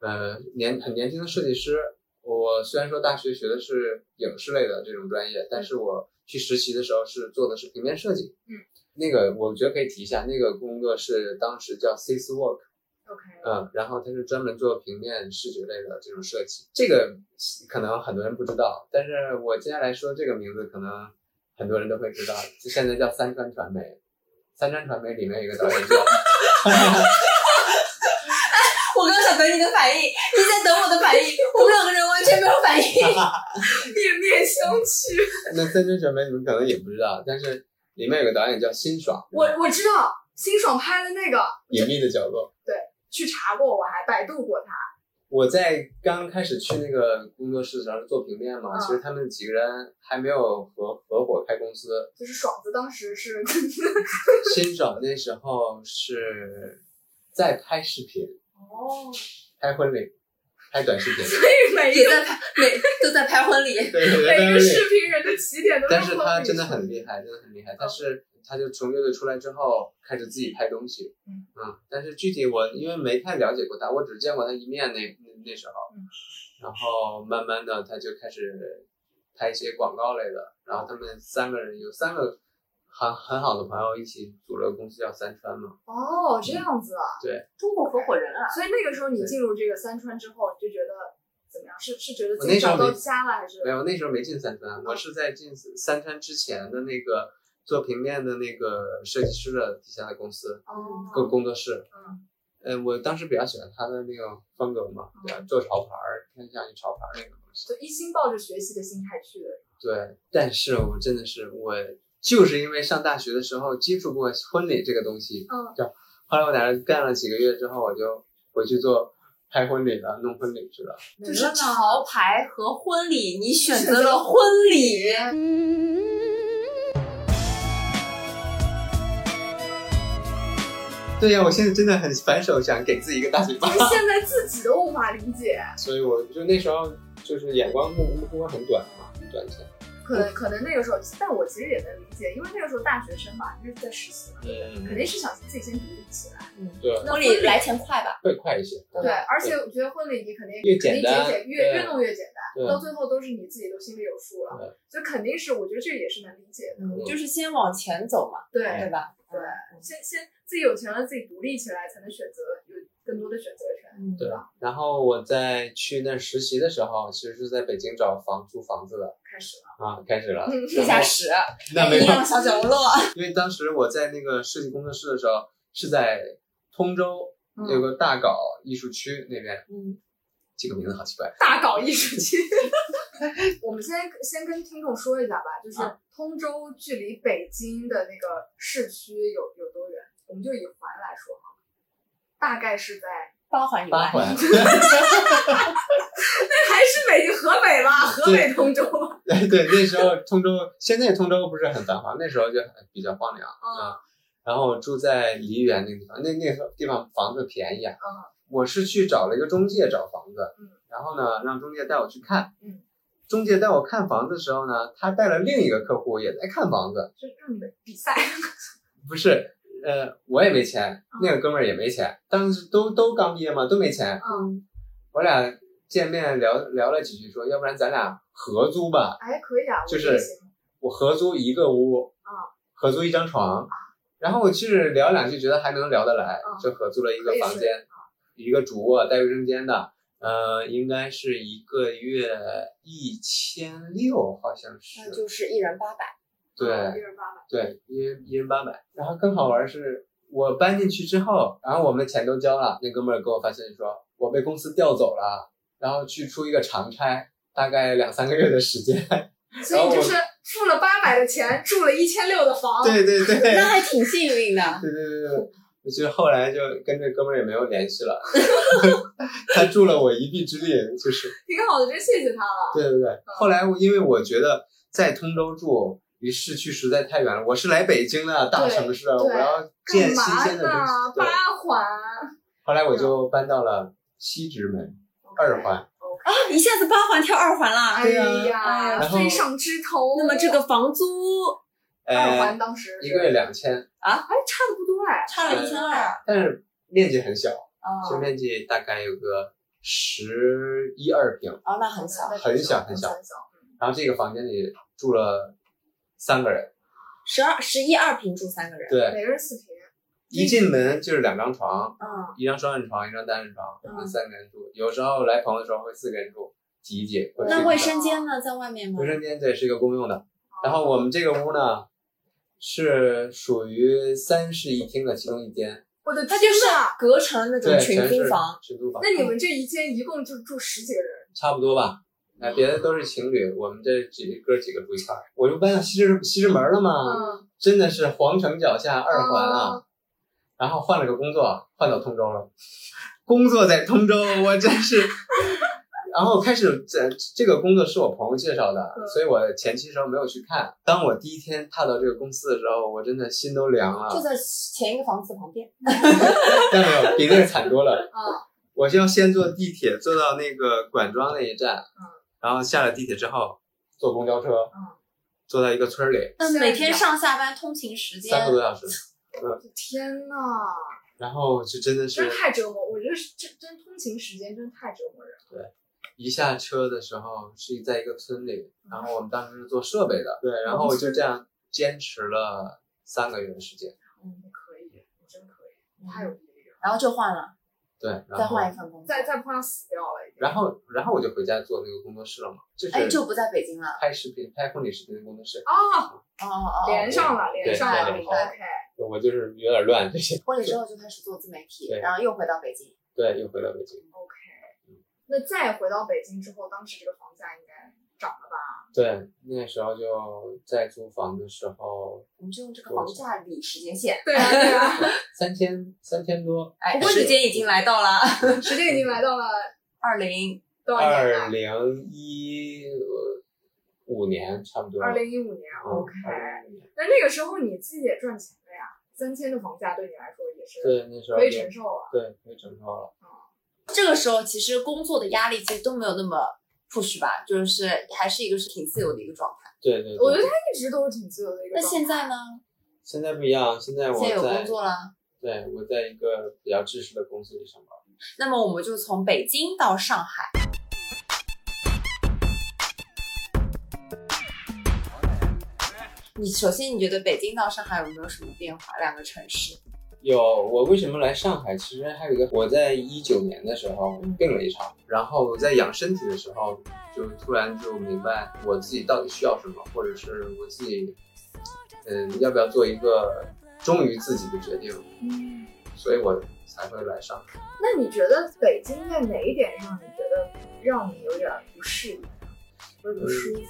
Speaker 4: 呃年很年轻的设计师。我虽然说大学学的是影视类的这种专业，但是我去实习的时候是做的是平面设计。
Speaker 2: 嗯，
Speaker 4: 那个我觉得可以提一下，那个工作室当时叫 Sis Work。
Speaker 2: OK，
Speaker 4: 嗯，然后它是专门做平面视觉类的这种设计，这个可能很多人不知道，但是我接下来说这个名字，可能很多人都会知道，就现在叫三川传媒。三川传媒里面有一个导演叫，
Speaker 3: 我 刚想等你的反应，你在等我的反应，我们两个人完全没有反应。
Speaker 2: 面面相觑。
Speaker 4: 那三川传媒你们可能也不知道，但是里面有个导演叫辛爽，
Speaker 2: 我我知道，辛爽拍的那个，
Speaker 4: 隐秘的角落。
Speaker 2: 去查过，我还百度过他。
Speaker 4: 我在刚开始去那个工作室的时候是做平面嘛，
Speaker 2: 嗯
Speaker 4: 其实他们几个人还没有合合伙开公司，
Speaker 2: 就是爽子当时是，
Speaker 4: 辛爽那时候是在拍视频。
Speaker 3: 哦，
Speaker 4: 拍婚礼，拍短视频，
Speaker 2: 每一
Speaker 3: 也
Speaker 2: 个
Speaker 3: 在拍，每都在拍婚礼。
Speaker 4: 对对
Speaker 2: 每一
Speaker 4: 对
Speaker 2: 个视频人的起点都
Speaker 4: 但是他
Speaker 2: 他
Speaker 4: 真的很厉害，真的很厉害。但是他就从乐队出来之后，开始自己拍东西。
Speaker 2: 嗯
Speaker 4: 但是具体我因为没太了解过他，我只见过他一面那那那时候。
Speaker 2: 嗯
Speaker 4: 然后慢慢的他就开始拍一些广告类的，然后他们三个人有三个很很好的朋友一起组了个公司叫三川嘛，
Speaker 2: 哦，这样子啊。
Speaker 3: 中国合伙人啊，
Speaker 2: 所以那个时候你
Speaker 4: 对
Speaker 2: 进入这个三川之后，你就觉得怎么样？是是觉得自
Speaker 4: 我
Speaker 2: 己
Speaker 4: 那时候
Speaker 2: 找到
Speaker 4: 没
Speaker 2: 家了，还是
Speaker 4: 没有那时候没进三川，
Speaker 2: 嗯
Speaker 4: 我是在进三川之前的那个做平面的那个设计师的底下的公司，
Speaker 2: 哦
Speaker 4: 工工作室。
Speaker 2: 嗯
Speaker 4: 嗯，我当时比较喜欢他的那个风格嘛，对
Speaker 2: 嗯
Speaker 4: 吧？做潮牌儿，偏向于潮牌儿那个东西。
Speaker 2: 就一心抱着学习的心态去的。
Speaker 4: 对，但是我真的是我就是因为上大学的时候接触过婚礼这个东西，
Speaker 2: 嗯
Speaker 4: 叫后来我在那干了几个月之后，我就回去做拍婚礼了，弄婚礼去了。
Speaker 3: 就是潮牌和婚礼，你选
Speaker 2: 选
Speaker 3: 择
Speaker 2: 择
Speaker 3: 了婚礼。
Speaker 4: 对呀、我现在真的很反手，想给自己一个大嘴巴
Speaker 2: 就。是现在自己都无法理解，
Speaker 4: 所以我就那时候就是眼光目目光很短嘛，很短浅。
Speaker 2: 可能可能那个时候，但我其实也能理解，因为那个时候大学生嘛，就是在实习嘛，对不对？肯定是想自己先独立起来。
Speaker 4: 对，
Speaker 2: 那
Speaker 3: 婚礼来钱快吧？
Speaker 4: 会快一些。
Speaker 2: 对，啊而且我觉得婚礼你肯定
Speaker 4: 越
Speaker 2: 肯定
Speaker 4: 简单
Speaker 2: 解决越
Speaker 4: 对
Speaker 2: 越弄越简单，
Speaker 4: 对
Speaker 2: 到最后都是你自己都心里有数了，就肯定是我觉得这也是能理解的。
Speaker 3: 嗯，就是先往前走嘛，
Speaker 2: 对，
Speaker 3: 对吧？
Speaker 2: 对，先先自己有钱了，自己独立起来，才能选择有更多的选择权。
Speaker 3: 嗯，
Speaker 4: 对然后我在去那儿实习的时候，其实是在北京找房租房子的
Speaker 2: 开始了，
Speaker 4: 啊，开始了。
Speaker 2: 嗯
Speaker 3: 地下室，
Speaker 4: 那没
Speaker 3: 一
Speaker 4: 办
Speaker 3: 样
Speaker 4: 法，
Speaker 3: 小角落，
Speaker 4: 因为当时我在那个设计工作室的时候，是在通州
Speaker 2: 嗯
Speaker 4: 有个大搞艺术区那边，
Speaker 3: 嗯，
Speaker 4: 这个名字好奇怪。
Speaker 2: 大搞艺术区。我们先先跟听众说一下吧，就是通州距离北京的那个市区有有多远？我们就以环来说哈，大概是 在
Speaker 3: 八
Speaker 2: 嗯
Speaker 3: 环以
Speaker 4: 八
Speaker 3: 外，
Speaker 4: 环，
Speaker 2: 还是北京河北吧，河北通州。
Speaker 4: 对 对，那时候通州，现在通州不是很繁华，那时候就很比较荒凉
Speaker 2: 嗯
Speaker 4: 啊。然后我住在梨园那个地方，那那个地方房子便宜啊。
Speaker 2: 嗯
Speaker 4: 我是去找了一个中介找房子，
Speaker 2: 嗯，
Speaker 4: 然后呢，让中介带我去看，
Speaker 2: 嗯，
Speaker 4: 中介带我看房子的时候呢，他带了另一个客户也在看房子，
Speaker 2: 就让你们比赛，
Speaker 4: 不是，呃，我也没钱，
Speaker 2: 哦
Speaker 4: 那个哥们儿也没钱，当时都都刚毕业嘛，都没钱，
Speaker 2: 嗯，
Speaker 4: 我俩见面聊聊了几句说，要不然咱俩合租吧，
Speaker 2: 哎，可以啊，我
Speaker 4: 就
Speaker 2: 觉得
Speaker 4: 是
Speaker 2: 行。
Speaker 4: 我合租一个屋，
Speaker 2: 啊
Speaker 4: 合租一张床，然后我其实聊两句，觉得还能聊得来
Speaker 2: 啊，
Speaker 4: 就合租了一个房
Speaker 2: 可以啊
Speaker 4: 间，一个主卧带卫生间的，呃，应该是一个月一千六，好像
Speaker 3: 那
Speaker 4: 是，
Speaker 3: 就是一人八百。
Speaker 2: 一
Speaker 4: 对
Speaker 2: 人八百，
Speaker 4: 对，一人一人八百。然后更好玩是，我搬进去之后，然后我们的钱都交了，那哥们儿给我发信息说，我被公司调走了，然后去出一个长差，大概两三个月的时间。
Speaker 2: 所以就是付了八百的钱，住了一千六的房。
Speaker 4: 对对对，
Speaker 3: 那还挺幸运的，啊
Speaker 4: 对对对对，我其实后来就跟这哥们儿也没有联 系了， 他助了我一臂之力，就是
Speaker 2: 挺好的，真谢谢他了。
Speaker 4: 对对对。后来我因为我觉得在通州住离市区实在太远了，我是来北京的大城市，
Speaker 2: 对
Speaker 4: 我要
Speaker 2: 干
Speaker 4: 见新
Speaker 2: 嘛
Speaker 4: 鲜的
Speaker 2: 呢
Speaker 4: 东西。？对，
Speaker 2: 八环，
Speaker 4: 后来我就搬到了西直门二环，
Speaker 3: 一下子八环跳二环啦。
Speaker 2: 哎
Speaker 4: 对
Speaker 2: 呀，
Speaker 4: 然后
Speaker 2: 飞上枝头。
Speaker 3: 那么这个房租
Speaker 2: 二环
Speaker 4: 呃，
Speaker 2: 当时是
Speaker 4: 一个月两千，
Speaker 2: 哎，差的不多哎。
Speaker 3: 差了一千二
Speaker 4: 但是面积很小，
Speaker 2: 嗯
Speaker 3: 啊，
Speaker 4: 就面积大概有个十一二平，
Speaker 3: 哦，那很小。
Speaker 4: 很小很小。然后这个房间里住了三个人。
Speaker 3: 十二十一二平住三个人，
Speaker 4: 对，
Speaker 2: 每个人四平，
Speaker 4: 一进门就是两张床，
Speaker 3: 嗯，
Speaker 4: 一张双人床，一张单人床，我
Speaker 3: 嗯
Speaker 4: 们三个人住。有时候来朋友的时候会四个人住，挤一挤。
Speaker 3: 那
Speaker 4: 会
Speaker 3: 卫
Speaker 4: 睡
Speaker 3: 生哦间呢，在外面
Speaker 4: 一
Speaker 3: 吗
Speaker 4: 个卫？生间对是一个公用的，然后我们这个屋呢是属于三室一厅的其中一间，
Speaker 2: 我的
Speaker 3: 它就是啊
Speaker 2: 天呐
Speaker 3: 隔成了那种
Speaker 4: 对，
Speaker 3: 群
Speaker 4: 全
Speaker 3: 租
Speaker 4: 是
Speaker 3: 房，
Speaker 4: 群租房
Speaker 2: 那你们这一间一共就住十几个人，
Speaker 4: 差不多吧。哎，别的都是情侣，我们这几哥几个住一块儿，我就搬到西直西直门了嘛，
Speaker 2: 嗯，
Speaker 4: 真的是皇城脚下二环啊。
Speaker 2: 哦
Speaker 4: 然后换了个工作，换到通州了。工作在通州，我真是。然后开始在这个工作是我朋友介绍的
Speaker 2: 嗯，
Speaker 4: 所以我前期时候没有去看。当我第一天踏到这个公司的时候，我真的心都凉
Speaker 3: 就
Speaker 4: 了。
Speaker 3: 在前一个房子旁边。
Speaker 4: 但没有，比那个惨多了。
Speaker 2: 嗯
Speaker 4: 我就要先坐地铁，坐到那个管庄那一站，然后下了地铁之后坐公交车
Speaker 2: 嗯，
Speaker 4: 坐到一个村儿里，
Speaker 3: 那嗯每天上下班通勤时间
Speaker 4: 三个多小时，
Speaker 2: 我的天呐，
Speaker 4: 然后就真的是
Speaker 2: 真太折磨，我觉得是真真通勤时间真太折磨人了。
Speaker 4: 对，一下车的时候是在一个村里，然后我们当时是做设备的，对，然后我就这样坚持了三个月的时间，
Speaker 3: 嗯，
Speaker 2: 可以，你真可以，太有毅力了。
Speaker 3: 然后就换了，
Speaker 4: 对，
Speaker 3: 再
Speaker 4: 然后
Speaker 3: 换一份工作，
Speaker 2: 再再不然死掉了已经。
Speaker 4: 然后然后我就回家做那个工作室了嘛，就是
Speaker 3: 哎，就不在北京了。
Speaker 4: 拍视频、拍婚礼视频的工作室，
Speaker 2: 哦，
Speaker 3: 哦哦
Speaker 2: 连
Speaker 3: 哦，
Speaker 2: 上了，连上了
Speaker 4: 对
Speaker 3: 对对
Speaker 2: ，OK。
Speaker 4: 我就是有点乱这些。
Speaker 3: 婚礼之后就开始做自媒体，
Speaker 4: 对
Speaker 3: 然后又回到北京。
Speaker 4: 对，又回到北京。
Speaker 2: OK，那再回到北京之后，当时这个房价应该涨了吧？
Speaker 4: 对，那时候就在租房的时候，
Speaker 3: 我们就用这个房价理时间线，
Speaker 2: 对啊，对啊，
Speaker 4: 三千三千多，
Speaker 3: 哎，
Speaker 2: 不过你
Speaker 3: 时间已经来到了
Speaker 2: 时间已经来到了
Speaker 3: 二零，
Speaker 2: 多少年
Speaker 4: 二
Speaker 2: 了？
Speaker 4: 零一五年差不多。
Speaker 2: 二零一五年
Speaker 4: 嗯
Speaker 2: ，OK。
Speaker 4: 2015年
Speaker 2: 那那个时候你自己也赚钱了呀，三千的房价对你来说也是
Speaker 4: 对，那时候
Speaker 2: 可以
Speaker 4: 就
Speaker 2: 承受啊了。
Speaker 4: 对可以承受了。
Speaker 3: 这个时候其实工作的压力其实都没有那么 push 吧，就是还是一个是挺自由的一个状态。
Speaker 4: 对对
Speaker 2: 我觉得
Speaker 4: 对
Speaker 2: 他。一直都是挺自由的一个
Speaker 3: 那
Speaker 2: 状态。
Speaker 3: 现在呢？
Speaker 4: 现在不一样，现在我
Speaker 3: 现在有
Speaker 4: 在
Speaker 3: 工作了，
Speaker 4: 对我在一个比较正式的公司里上班。
Speaker 3: 那么我们就从北京到上海。你首先，你觉得北京到上海有没有什么变化？两个城市，
Speaker 4: 有我为什么来上海？其实还有一个，我在一九年的时候病了一场，然后我在养身体的时候，就突然就明白我自己到底需要什么，或者是我自己，嗯，要不要做一个忠于自己的决定，
Speaker 2: 嗯，
Speaker 4: 所以我才会来上海。
Speaker 2: 那你觉得北京在哪一点上，你觉得让你有点不适应，或者不舒服？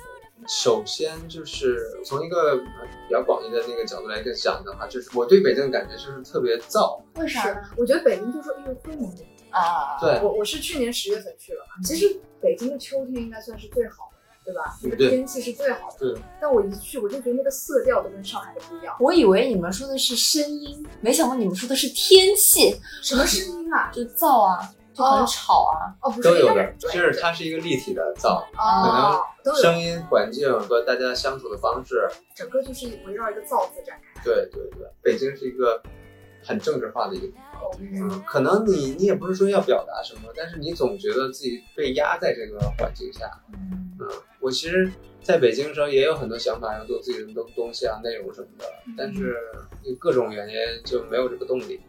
Speaker 4: 首先就是从一个呃比较广义的那个角度来讲的话，就是我对北京的感觉就是特别燥，
Speaker 3: 为啥呢？
Speaker 2: 我觉得北京就是哎一个灰蒙蒙。
Speaker 3: 啊，
Speaker 4: 对
Speaker 2: 我我是去年十月份去了嘛，其实北京的秋天应该算是最好的，对吧？那个
Speaker 4: 对
Speaker 2: 天气是最好的。
Speaker 4: 对。
Speaker 2: 但我一去，我就觉得那个色调都跟上海的不一样。
Speaker 3: 我以为你们说的是声音，没想到你们说的是天气，
Speaker 2: 什么声音啊？
Speaker 3: 就噪啊，就很吵啊。
Speaker 2: 哦，不是，
Speaker 4: 都有
Speaker 2: 应该
Speaker 4: 的，
Speaker 2: 是
Speaker 4: 就是它是一个立体的燥，
Speaker 2: 哦，嗯都有，
Speaker 4: 声音、环境和大家相处的方式。
Speaker 2: 整个就是围绕一个造字展开。
Speaker 4: 对对对，北京是一个很政治化的一个地
Speaker 2: 嗯
Speaker 4: 方。嗯，可能你你也不是说要表达什么，但是你总觉得自己被压在这个环境下。嗯，我其实在北京的时候也有很多想法要做自己的东东西啊、内容什么的，
Speaker 2: 嗯
Speaker 4: 但是因为各种原因就没有这个动力。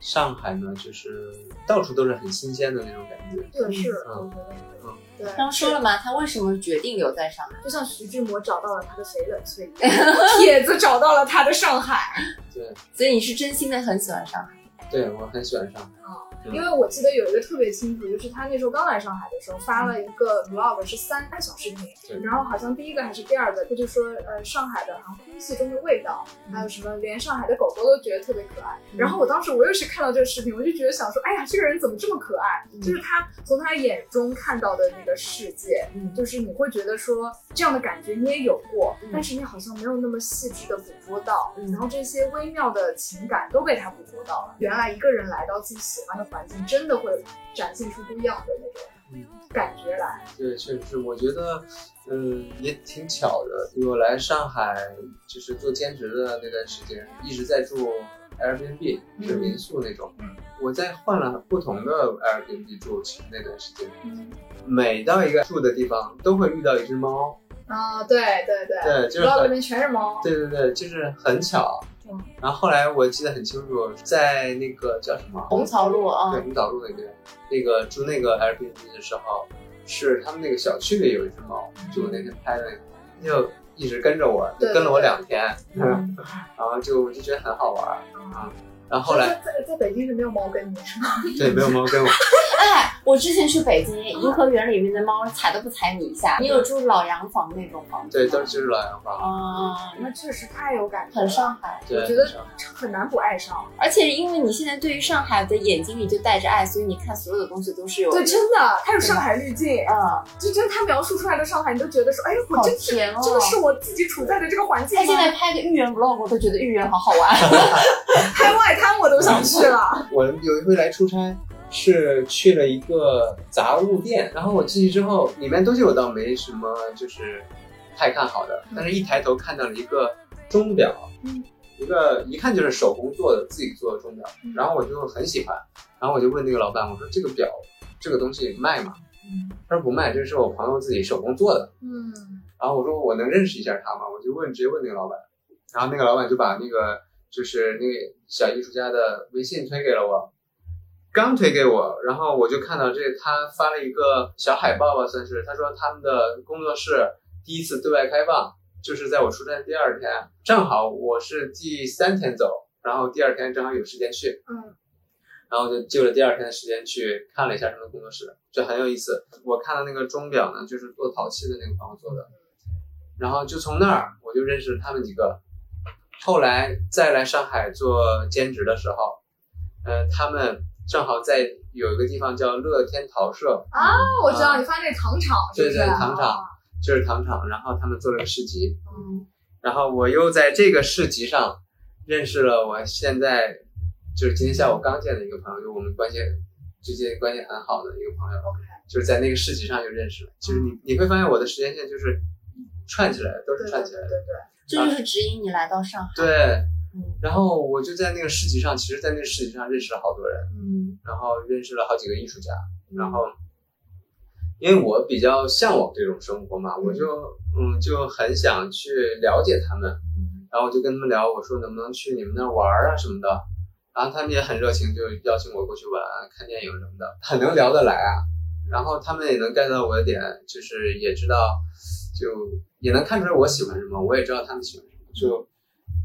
Speaker 4: 上海呢，就是到处都是很新鲜的那种感觉。
Speaker 2: 对，是，我
Speaker 4: 嗯
Speaker 2: 觉得
Speaker 4: 嗯
Speaker 2: 对。对，
Speaker 3: 刚说了嘛，他为什么决定留在上海？
Speaker 2: 就像徐志摩找到了他的翡冷翠一样，帖子找到了他的上海。
Speaker 4: 对，
Speaker 3: 所以你是真心的很喜欢上海。
Speaker 4: 对我很喜欢上海。嗯
Speaker 2: 因为我记得有一个特别清楚，就是他那时候刚来上海的时候发了一个 vlog，是三个小视
Speaker 4: 对
Speaker 2: 频，然后好像第一个还是第二个，他就说呃上海的好像空气中的味道，
Speaker 3: 嗯
Speaker 2: 还有什么连上海的狗狗都觉得特别可爱。然后我当时我又是看到这个视频，我就觉得想说，哎呀，这个人怎么这么可爱？
Speaker 3: 嗯
Speaker 2: 就是他从他眼中看到的那个世界，
Speaker 3: 嗯
Speaker 2: 就是你会觉得说这样的感觉你也有过，
Speaker 3: 嗯
Speaker 2: 但是你好像没有那么细致的捕捉到，
Speaker 3: 嗯
Speaker 2: 然后这些微妙的情感都被他捕捉到了。原来一个人来到自己喜欢的环境，真的会展现出不一样的那种
Speaker 4: 嗯。
Speaker 2: 感觉来。
Speaker 4: 对，确实是，我觉得，嗯，也挺巧的。我来上海就是做兼职的那段时间，一直在住 Airbnb，就是民宿那种。
Speaker 2: 嗯
Speaker 4: 我在换了不同的 Airbnb 住那段时间，
Speaker 2: 嗯
Speaker 4: 每到一个住的地方都会遇到一只猫。
Speaker 2: 啊，对对对，
Speaker 4: 对，就是
Speaker 2: vlog 里
Speaker 4: 很，
Speaker 2: 面全是猫。
Speaker 4: 对对对，就是很巧。
Speaker 2: 嗯
Speaker 4: 然后后来我记得很清楚，在那个叫什么
Speaker 3: 虹桥路啊
Speaker 2: 哦
Speaker 4: 对，，五岛路那边，那个住那个 Airbnb 的时候，是他们那个小区里有一只猫，就我那天拍的那个，就一直跟着我，
Speaker 2: 嗯对
Speaker 4: 就跟了我两天，
Speaker 3: 嗯
Speaker 4: 然后就我就觉得很好玩儿
Speaker 2: 嗯
Speaker 4: 啊。然后后
Speaker 2: 所以
Speaker 4: 来
Speaker 2: 在在在北京是没有猫跟你是吗？
Speaker 4: 对没有猫跟我，
Speaker 3: 哎，我之前去北京颐和园里面的猫踩都不踩你一下。你有住老洋房那种房子吗？
Speaker 4: 对都是老洋房，
Speaker 3: 啊，
Speaker 2: 那确实太有感觉，
Speaker 3: 很。上海。
Speaker 4: 对，
Speaker 2: 我觉得
Speaker 4: 很少
Speaker 2: 很难不爱上，
Speaker 3: 而且因为你现在对于上海的眼睛里就带着爱，所以你看所有的东西都是有
Speaker 2: 对，真的，它有上海滤镜，
Speaker 3: 嗯，
Speaker 2: 就真的他描述出来的上海，你都觉得说，哎，我
Speaker 3: 好
Speaker 2: 真是
Speaker 3: 甜哦。
Speaker 2: 这个是我自己处在的这个环境
Speaker 3: 他现
Speaker 2: 吗？
Speaker 3: 在拍个豫园 vlog，我都觉得豫园好好玩。
Speaker 2: 拍外滩我都想去 了。
Speaker 4: 我有一回来出差。是去了一个杂物店，然后我进去之后，里面东西我倒没什么，就是太看好的，但是一抬头看到了一个钟表，
Speaker 2: 嗯
Speaker 4: 一个一看就是手工做的，自己做的钟表，然后我就很喜欢，然后我就问那个老板，我说这个表这个东西卖吗？他说不卖，这是我朋友自己手工做的。
Speaker 2: 嗯，
Speaker 4: 然后我说我能认识一下他吗？我就问直接问那个老板，然后那个老板就把那个就是那个小艺术家的微信推给了我，刚推给我，然后我就看到这他发了一个小海报吧，算是他说他们的工作室第一次对外开放，就是在我出差第二天，正好我是第三天走，然后第二天正好有时间去，
Speaker 2: 嗯，
Speaker 4: 然后就就了第二天的时间去看了一下他们的工作室，就很有意思。我看到那个钟表呢，就是做陶器的那个朋友做的，然后就从那儿我就认识了他们几个。后来再来上海做兼职的时候，呃，他们正好在有一个地方叫乐天陶社，
Speaker 2: 那我知道你发那个糖厂是不是？
Speaker 4: 嗯
Speaker 2: 啊
Speaker 4: 对对糖厂就是糖厂，然后他们做了个市集，
Speaker 3: 嗯，
Speaker 4: 然后我又在这个市集上认识了我现在就是今天下午刚见的一个朋友，就我们关系最近关系很好的一个朋友
Speaker 3: OK
Speaker 4: 就是在那个市集上就认识了。就是
Speaker 2: 嗯
Speaker 4: 你你会发现我的时间线就是串起来的，都
Speaker 2: 对对对
Speaker 4: 是串起来的。
Speaker 2: 对对。
Speaker 3: 这就是指引你来到上海。
Speaker 4: 对，
Speaker 3: 嗯
Speaker 4: 然后我就在那个市集上，其实，在那个市集上认识了好多人，
Speaker 3: 嗯，
Speaker 4: 然后认识了好几个艺术家，然后因为我比较向往这种生活嘛，我就嗯就很想去了解他们，然后我就跟他们聊，我说能不能去你们那儿玩儿啊什么的，然后他们也很热情，就邀请我过去玩、啊看电影什么的，很能聊得来啊。然后他们也能 get 到我的点，就是也知道，就也能看出来我喜欢什么，我也知道他们喜欢什么，就嗯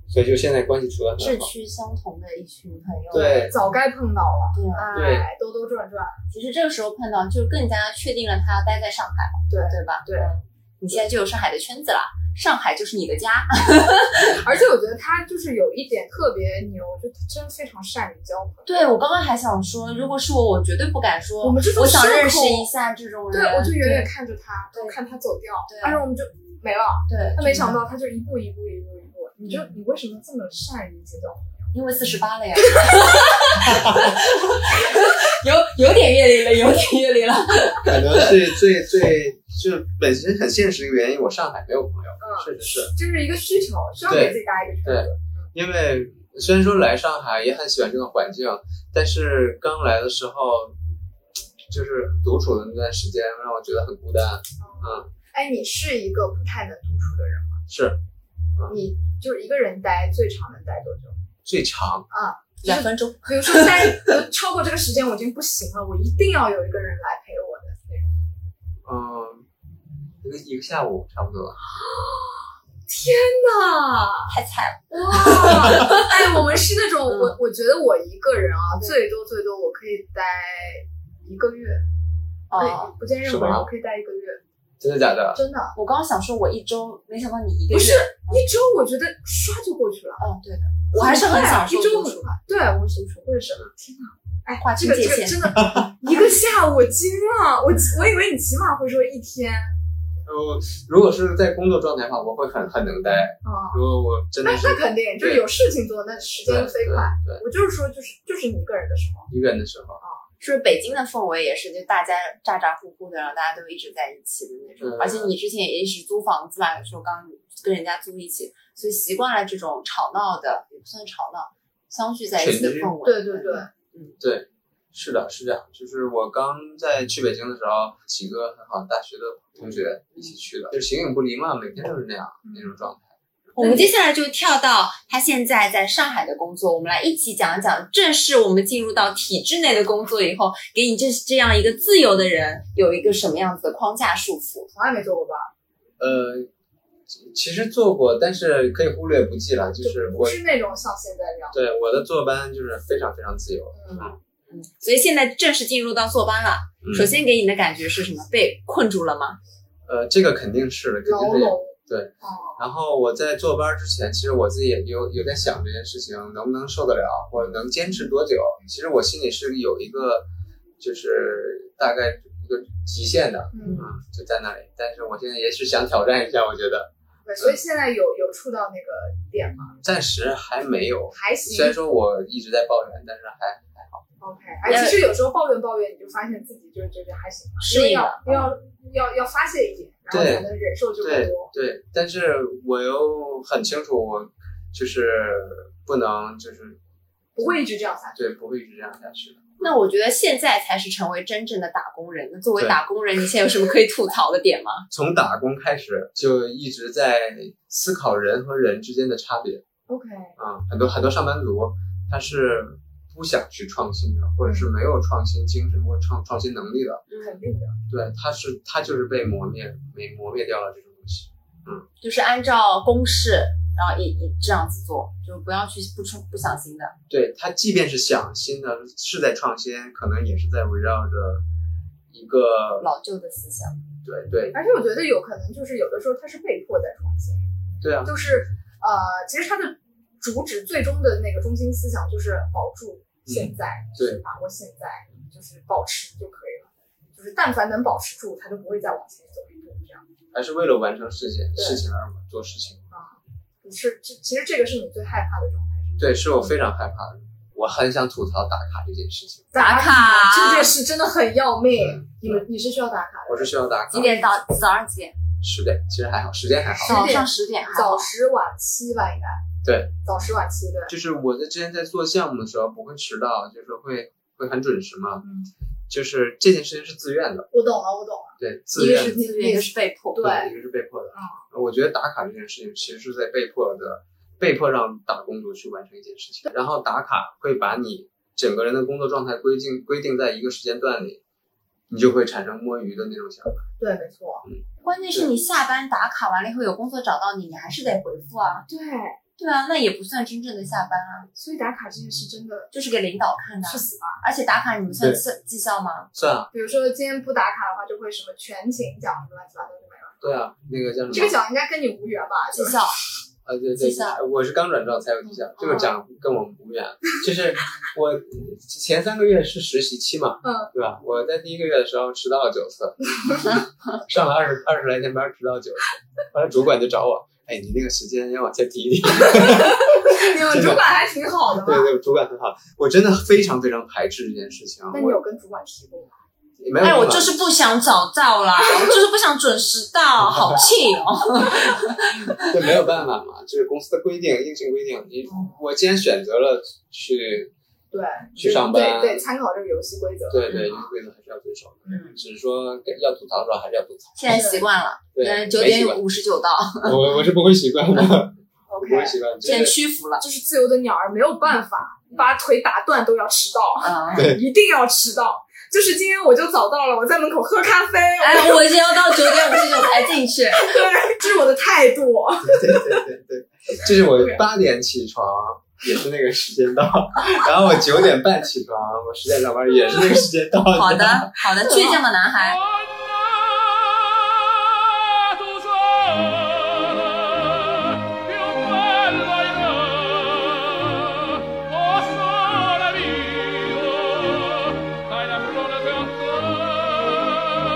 Speaker 4: 所以就现在关系处的
Speaker 3: 志
Speaker 4: 很好。
Speaker 3: 趣相同的一群朋友。
Speaker 4: 对
Speaker 2: 早该碰到了，
Speaker 3: 对啊，
Speaker 4: 对
Speaker 2: 哎，兜兜转转，
Speaker 3: 其实这个时候碰到，就更加确定了他要待在上海嘛，
Speaker 2: 对
Speaker 3: 对吧？
Speaker 2: 对
Speaker 3: 嗯，你现在就有上海的圈子了，上海就是你的家。
Speaker 2: 而且我觉得他就是有一点特别牛，就他真非常善于交朋友。
Speaker 3: 对，我刚刚还想说，如果是我，我绝对不敢说，
Speaker 2: 我们这种
Speaker 3: 想
Speaker 2: 社
Speaker 3: 认识
Speaker 2: 恐
Speaker 3: 一下这种
Speaker 2: 对，
Speaker 3: 人，
Speaker 2: 我就远远看着他，
Speaker 3: 对
Speaker 2: 就看他走掉哎
Speaker 3: 对，
Speaker 2: 但是我们就没了。
Speaker 3: 对，对
Speaker 2: 但没
Speaker 3: 真的
Speaker 2: 想到他就一步一步一步一步，你就你为什么这么善于结交？
Speaker 3: 因为四十八了呀， 有有点阅历了，有点阅历了。
Speaker 4: 可能是最最就本身很现实的一个原因，我上海没有朋友，
Speaker 2: 嗯，
Speaker 4: 确实是
Speaker 2: 这是一个需求，需要给自己搭一个圈子。
Speaker 4: 因为虽然说来上海也很喜欢这个环境，啊但是刚来的时候，就是独处的那段时间让我觉得很孤单。嗯，
Speaker 2: 哎，你是一个不太能独处的人吗？
Speaker 4: 是
Speaker 2: 你就是一个人待最长能待多久？
Speaker 4: 最长
Speaker 3: 两分钟，
Speaker 2: 比如说待比如超过这个时间我已经不行了，我一定要有一个人来陪我的那种。
Speaker 4: 嗯，一个一个下午差不多。
Speaker 2: 那
Speaker 3: 太惨了。
Speaker 2: 哇，哎，我们是那种，我我觉得我一个人啊，最多最多我可以待一个月，可
Speaker 3: 哦，
Speaker 2: 以不见任何
Speaker 4: 是
Speaker 2: 人，
Speaker 4: 吗
Speaker 2: 我可以待一个月，
Speaker 4: 真的假的？
Speaker 2: 真的
Speaker 3: 我刚刚想说我一周，没想到你一个月。
Speaker 2: 不是一周，我觉得唰就过去了。
Speaker 3: 嗯，对的，我还是很
Speaker 2: 快啊
Speaker 3: 享受
Speaker 2: 一周
Speaker 3: 独
Speaker 2: 很
Speaker 3: 处。
Speaker 2: 快，对我是独处，我也是。天哪，哎
Speaker 3: 划，
Speaker 2: 这个
Speaker 3: 清
Speaker 2: 这
Speaker 3: 界
Speaker 2: 个
Speaker 3: 限
Speaker 2: 真的，一个下午我惊了，我我以为你起码会说一天
Speaker 4: 呃，如果是在工作状态的话，我会很很能待。
Speaker 2: 啊，
Speaker 4: 如果我真
Speaker 2: 那
Speaker 4: 的是
Speaker 2: 那肯定就是有事情做，那时间飞快。
Speaker 4: 对对
Speaker 2: 我就是说，就是就是你一个人的时候，
Speaker 4: 一个人的时候，
Speaker 3: 是不是北京的氛围也是，就大家咋咋呼呼的，然后大家都一直在一起的那种。
Speaker 4: 嗯
Speaker 3: 而且你之前也一直租房子嘛，有时候刚跟人家租一起，所以习惯了这种吵闹的，也不算吵闹，相聚在一起的
Speaker 4: 群居
Speaker 3: 氛围。嗯
Speaker 2: 对对对，
Speaker 4: 是的，是这样。就是我刚在去北京的时候，几个很好的大学的同学一起去的，就形影不离嘛，每天都是那样那种状态。
Speaker 3: 我们接下来就跳到他现在在上海的工作，我们来一起讲一讲，正式我们进入到体制内的工作以后，给你这这样一个自由的人有一个什么样子的框架束缚？
Speaker 2: 从来没做过吧？
Speaker 4: 呃，其其实做过，但是可以忽略不计了。就是
Speaker 2: 不
Speaker 4: 我
Speaker 2: 是那种像现在这样。
Speaker 4: 对我的坐班就是非常非常自由。
Speaker 3: 嗯，所以现在正式进入到坐班了。
Speaker 4: 嗯
Speaker 3: 首先给你的感觉是什么？被困住了吗？
Speaker 4: 呃，这个肯定是的，肯
Speaker 2: 牢
Speaker 4: 定是。
Speaker 2: 笼。
Speaker 4: 对
Speaker 2: 哦，
Speaker 4: 然后我在坐班之前，其实我自己也有有在想这件事情能不能受得了，我能坚持多久。其实我心里是有一个，就是大概一个极限的，
Speaker 2: 嗯
Speaker 4: 嗯，，就在那里。但是我现在也是想挑战一下，我觉得
Speaker 2: 对，所以现在有有触到那个点吗？
Speaker 4: 暂时还没有。
Speaker 2: 还行
Speaker 4: 虽然说我一直在抱怨，但是还
Speaker 2: ，OK。哎，其实有时候抱怨抱怨，你就发现自己就觉得还行吧，
Speaker 3: 呃适
Speaker 2: 因为
Speaker 3: 应
Speaker 2: 要
Speaker 3: 了
Speaker 2: 要要要发泄一点，然后
Speaker 4: 对
Speaker 2: 才能忍受这么
Speaker 4: 对
Speaker 2: 多。
Speaker 4: 对，但是我又很清楚，我就是不能就是
Speaker 2: 不会一直这样下去。
Speaker 4: 对，不会一直这样下去的。
Speaker 3: 那我觉得现在才是成为真正的打工人。那作为
Speaker 4: 对
Speaker 3: 打工人，你现在有什么可以吐槽的 点吗？
Speaker 4: 从打工开始就一直在思考人和人之间的差别
Speaker 2: OK，
Speaker 4: 啊、很多很多上班族他是不想去创新的，或者是没有创新精神或创创新能力的，
Speaker 2: 肯定的。
Speaker 4: 对，他是他就是被磨灭，被磨灭掉了这种东西。
Speaker 3: 就是按照公式，然后一一这样子做，就不要去不出不想新的。
Speaker 4: 对他，即便是想新的，是在创新，可能也是在围绕着一个
Speaker 3: 老旧的思想，
Speaker 4: 对对
Speaker 2: 而且我觉得有可能就是有的时候它是被迫在创新，
Speaker 4: 对啊，
Speaker 2: 就是呃，其实它的主旨最终的那个中心思想就是保住现在，
Speaker 4: 嗯对
Speaker 2: 就是把握现在，就是保持就可以了。就是但凡能保持住，它就不会再往前走一步这样。
Speaker 4: 还是为了完成事情
Speaker 2: 对
Speaker 4: 事情而做事情。
Speaker 2: 你是这其实这个是你最害怕的状态。
Speaker 4: 对，是我非常害怕的，我很想吐槽打卡这件事情。
Speaker 2: 打
Speaker 3: 卡
Speaker 2: 这件事真的很要命
Speaker 4: 啊嗯。
Speaker 2: 你们你是需要打卡的，
Speaker 4: 我是需要打卡，
Speaker 3: 几点到早上几点？
Speaker 4: 十点，其实还好，时间还好。
Speaker 2: 点
Speaker 3: 早上十点还好
Speaker 2: 早。十晚七吧，应该
Speaker 4: 对，
Speaker 2: 早十晚七对。
Speaker 4: 就是我在之前在做项目的时候不会迟到，就是会会很准时嘛。
Speaker 2: 嗯，
Speaker 4: 就是这件事情是自愿的，
Speaker 2: 我懂了，我懂了。
Speaker 4: 对，自
Speaker 3: 一个
Speaker 4: 愿
Speaker 3: 是
Speaker 4: 的。
Speaker 3: 自愿，一个嗯是被迫。
Speaker 2: 对
Speaker 4: 一个是被迫的。我觉得打卡这件事情其实是在被迫的，被迫让打工族去完成一件事情。然后打卡会把你整个人的工作状态规定规定在一个时间段里，你就会产生摸鱼的那种想法。
Speaker 2: 对，没错。
Speaker 3: 关键是你下班打卡完了以后，有工作找到你，你还是得回复啊。
Speaker 2: 对，
Speaker 3: 对啊，那也不算真正的下班啊，
Speaker 2: 所以打卡这件事真的
Speaker 3: 就是给领导看的啊。
Speaker 2: 是死吧？
Speaker 3: 而且打卡你们算
Speaker 4: 对
Speaker 3: 算绩效吗？
Speaker 4: 算啊，
Speaker 2: 比如说今天不打卡的话，就会什么全勤奖什么乱七八糟就没了。
Speaker 4: 对啊，那个叫
Speaker 2: 这
Speaker 4: 什
Speaker 2: 个
Speaker 4: 么？
Speaker 2: 奖应该跟你无缘吧？
Speaker 3: 绩
Speaker 2: 就是
Speaker 3: 效
Speaker 4: 呃，对
Speaker 3: 绩
Speaker 4: 对
Speaker 3: 效，
Speaker 4: 我是刚转正才有绩
Speaker 2: 嗯
Speaker 4: 效，这个
Speaker 2: 哦
Speaker 4: 奖跟我无缘。就是我前三个月是实习期嘛，
Speaker 2: 嗯，
Speaker 4: 对吧？我在第一个月的时候迟到了 九次，上了二十二十来天班，迟到九次，后来主管就找我，哎，你那个时间要往前提一提。
Speaker 2: 你们主管还挺好的嘛
Speaker 4: 对。对，主管很好，我真的非常非常排斥这件事情。
Speaker 2: 那你有
Speaker 4: 我
Speaker 2: 跟主管提过吗？
Speaker 4: 没有
Speaker 3: 哎，
Speaker 4: 办
Speaker 3: 我
Speaker 4: 法
Speaker 3: 就是不想早到 啦，我就是不想准时到，好气哦。
Speaker 4: 这没有办法嘛，就是公司的规定，硬性规定。你
Speaker 2: 哦
Speaker 4: 我既然选择了去，
Speaker 2: 对，
Speaker 4: 去上班
Speaker 2: 对对，参考这个游戏规则。
Speaker 4: 对对，规则还是要遵守的。
Speaker 3: 嗯
Speaker 4: 只是说给要吐槽的时候还是要吐槽。
Speaker 3: 现在习惯了，
Speaker 4: 对，
Speaker 3: 嗯，九
Speaker 4: 没习
Speaker 3: 点
Speaker 4: 惯
Speaker 3: 五十九到，
Speaker 4: 我我是不会习惯 的，不
Speaker 2: OK，
Speaker 4: 会习惯。
Speaker 3: 现在
Speaker 4: 真的
Speaker 3: 屈服了。
Speaker 2: 就是自由的鸟儿没有办法，把腿打断都要迟到，
Speaker 3: 嗯，
Speaker 2: 一定要迟到。就是今天我就早到了，我在门口喝咖啡，
Speaker 3: 哎，我已经要到九点五十九才进 去。
Speaker 2: 对，这是我的态度。
Speaker 4: 对对对对，就是我八点起床。也是那个时间到，然后我九点半起床，我十点上班也是那个时间到。
Speaker 3: 好的， 好的，倔强的男孩，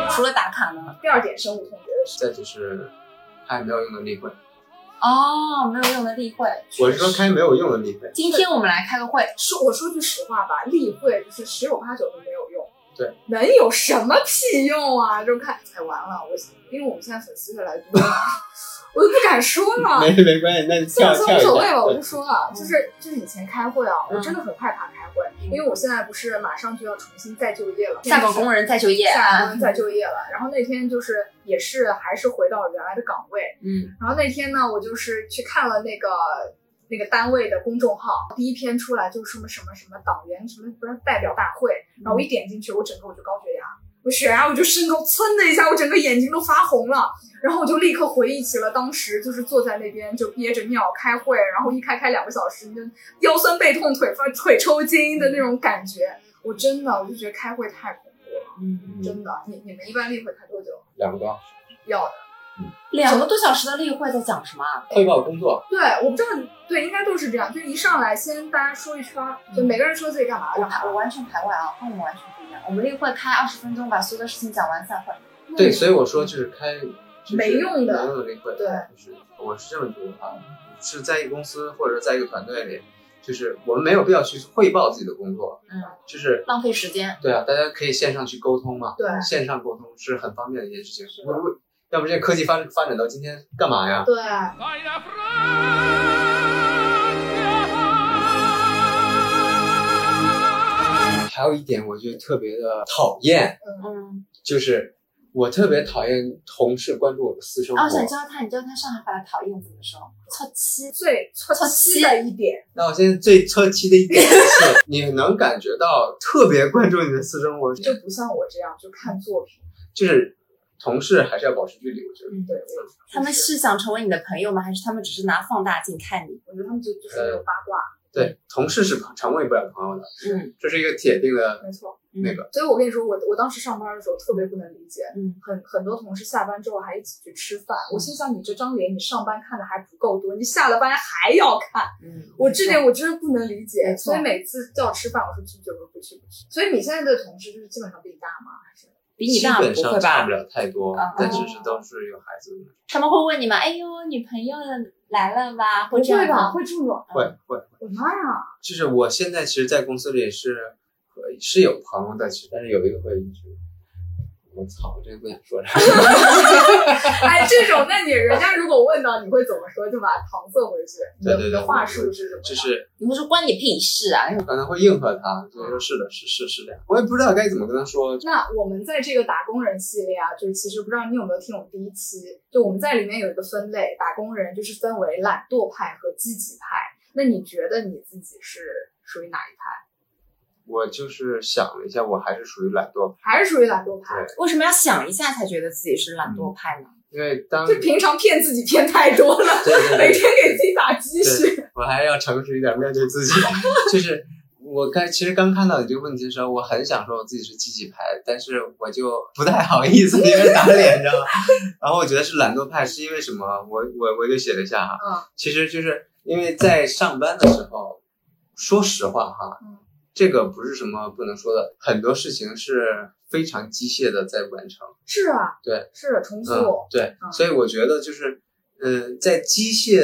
Speaker 3: 除了打卡呢？
Speaker 2: 第二点，生物通觉的事，
Speaker 4: 再就是开没有用的例会，
Speaker 3: 哦，没有用的例会。
Speaker 4: 我是说开没有用的例会。
Speaker 3: 今天我们来开个会，
Speaker 2: 说我说句实话吧，例会就是十有八九都没有用。
Speaker 4: 对，
Speaker 2: 能有什么屁用啊？就看，哎，完了，我因为我们现在粉丝越来越多， 我都不敢说了。
Speaker 3: 啊
Speaker 4: 没没关系，那你
Speaker 2: 虽然
Speaker 4: 跳
Speaker 2: 说
Speaker 4: 跳
Speaker 2: 无
Speaker 4: 一
Speaker 2: 所谓吧，我不。说了。
Speaker 4: 下
Speaker 2: 就是就是以前开会啊，我
Speaker 3: 嗯
Speaker 2: 真的很害怕开会，
Speaker 3: 嗯
Speaker 2: 因为我现在不是马上就要重新再就业了，
Speaker 3: 下岗工人再就业
Speaker 2: 下岗
Speaker 3: 啊
Speaker 2: 工。人再就业了。然后那天就是也是还是回到原来的岗位，
Speaker 3: 嗯，
Speaker 2: 然后那天呢，我就是去看了那个那个单位的公众号，第一篇出来就是什么什么什么党员什么不是代表大会，
Speaker 3: 嗯
Speaker 2: 然后我一点进去，我整个我就高血压，我血压我就升高，噌的一下，我整个眼睛都发红了。然后我就立刻回忆起了当时就是坐在那边就憋着尿开会，然后一开开两个小时，你就腰酸背痛、腿发腿抽筋的那种感觉。我真的，我就觉得开会太恐怖了，
Speaker 3: 嗯，
Speaker 2: 真的。你你们一般例会开多久？
Speaker 4: 两个
Speaker 2: 要的？
Speaker 3: 两个多小时的例会在讲什么啊？
Speaker 4: 汇报工作，
Speaker 2: 对，我不知道，对，应该都是这样，就一上来先大家说一圈儿，就每个人说自己干嘛
Speaker 3: 嗯我
Speaker 2: 干嘛
Speaker 3: 排我。完全排外啊，跟我们完全不一样。我们例会开二十分钟，把所有的事情讲完散会。
Speaker 4: 对，所以我说就是开就是
Speaker 2: 没用的
Speaker 4: 没用的例会。
Speaker 2: 对，
Speaker 4: 就是我是这么觉得哈，是在一个公司或者在一个团队里，就是我们没有必要去汇报自己的工作，
Speaker 3: 嗯，
Speaker 4: 就是
Speaker 3: 浪费时间。嗯
Speaker 4: 对啊，大家可以线上去沟通嘛，
Speaker 2: 对
Speaker 4: 线上沟通是很方便的一件事情。我我要不这科技发发展到今天干嘛呀？
Speaker 2: 对，
Speaker 3: 啊
Speaker 4: 还还有一点，我就特别的讨厌，
Speaker 3: 嗯，
Speaker 4: 就是我特别讨厌同事关注我的私生活。
Speaker 3: 啊，我想知道他，你知道他上海话讨厌怎么说？操七，
Speaker 2: 最错
Speaker 3: 错
Speaker 2: 期
Speaker 3: 期
Speaker 2: 的一点，
Speaker 4: 那我现在最错期的一点就是，你能感觉到特别关注你的私生活，
Speaker 2: 就不像我这样就看作品。
Speaker 4: 就是同事还是要保持距离，我觉得。
Speaker 3: 嗯
Speaker 2: 对，我
Speaker 3: 他们是想成为你的朋友吗？还是他们只是拿放大镜看你？
Speaker 2: 我觉得他们就
Speaker 4: 呃
Speaker 2: 就是有八卦，
Speaker 4: 对，同事是成为不了朋友的，
Speaker 3: 嗯
Speaker 4: 这是一个铁定的。
Speaker 2: 没错。
Speaker 4: 那个
Speaker 2: 所以我跟你说，我我当时上班的时候特别不能理解，
Speaker 3: 嗯，
Speaker 2: 很很多同事下班之后还一起去吃饭，我心想你这张脸，你上班看的还不够多，你下了班还要看，
Speaker 3: 嗯，
Speaker 2: 我这点我真是不能理解。
Speaker 3: 没错
Speaker 2: 所以每次叫吃饭，我说去不去，我说不去不去。所以你现在的同事就是基本上比你大吗？还是
Speaker 3: 比你
Speaker 4: 基
Speaker 3: 大不
Speaker 4: 本上
Speaker 3: 会
Speaker 4: 差
Speaker 3: 吧
Speaker 4: 不？了太多
Speaker 3: 啊，
Speaker 4: 但只是都是有孩子的，
Speaker 3: 他们会问你吗？哎呦，女朋友来了吧？会这样
Speaker 2: 会吧？
Speaker 3: 吗？
Speaker 2: 会这种？
Speaker 4: 会会会。
Speaker 2: 我的妈呀！
Speaker 4: 就是我现在其实，在公司里是呃是有朋友的，其实但是有一个会一直，我操，我真不想说啥。
Speaker 2: 哎，这种，那你人家如果问到，你会怎么说？就把它搪塞回去。你的
Speaker 4: 对对对
Speaker 2: 你的话术是什么？
Speaker 4: 就是
Speaker 3: 你会说关你屁事啊？
Speaker 4: 可能会应和他，就说是的，是是是这样，我也不知道该怎么跟他说。
Speaker 2: 那我们在这个打工人系列啊，就是其实不知道你有没有听我们第一期，就我们在里面有一个分类，打工人就是分为懒惰派和积极派。那你觉得你自己是属于哪一派？
Speaker 4: 我就是想了一下，我还是属于懒惰派，
Speaker 2: 还是属于懒惰派？
Speaker 3: 为什么要想一下才觉得自己是懒
Speaker 4: 嗯
Speaker 3: 惰派呢？
Speaker 4: 因为当
Speaker 2: 就
Speaker 4: 对
Speaker 2: 平常骗自己骗太多了，
Speaker 4: 对
Speaker 2: 每
Speaker 4: 对，
Speaker 2: 天给自己打鸡血。
Speaker 4: 我还要诚实一点面对自己。啊就是我刚其实刚看到你这个问题的时候，我很想说我自己是积极派，但是我就不太好意思，因 为打脸，你知道吗？然后我觉得是懒惰派，是因为什么？我我我就写了一下哈，
Speaker 2: 嗯
Speaker 4: 其实就是因为在上班的时候，说实话哈，
Speaker 2: 嗯
Speaker 4: 这个不是什么不能说的，很多事情是非常机械的在完成。
Speaker 2: 是啊，
Speaker 4: 对，
Speaker 2: 是的重复。
Speaker 4: 嗯，对，
Speaker 2: 嗯
Speaker 4: 所以我觉得就是，嗯，在机械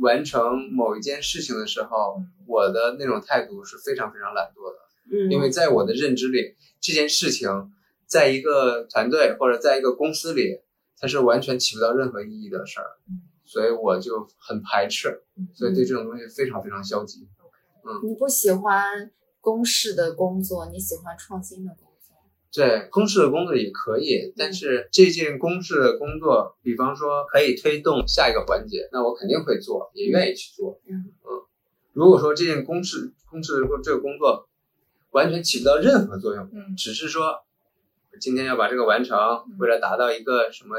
Speaker 4: 完成某一件事情的时候
Speaker 2: 嗯，
Speaker 4: 我的那种态度是非常非常懒惰的，
Speaker 3: 嗯
Speaker 4: 因为在我的认知里，这件事情在一个团队或者在一个公司里，它是完全起不到任何意义的事儿
Speaker 2: 嗯，
Speaker 4: 所以我就很排斥，
Speaker 2: 嗯
Speaker 4: 所以对这种东西非常非常消极。
Speaker 3: 你不喜欢公式的工作，你喜欢创新的工作。
Speaker 4: 对公式的工作也可以，但是这件公式的工作，比方说可以推动下一个环节，那我肯定会做，也愿意去做。
Speaker 3: 嗯
Speaker 4: 如果说这件公式公式的这个工作完全起不到任何作用，
Speaker 2: 嗯
Speaker 4: 只是说今天要把这个完成，为了达到一个什么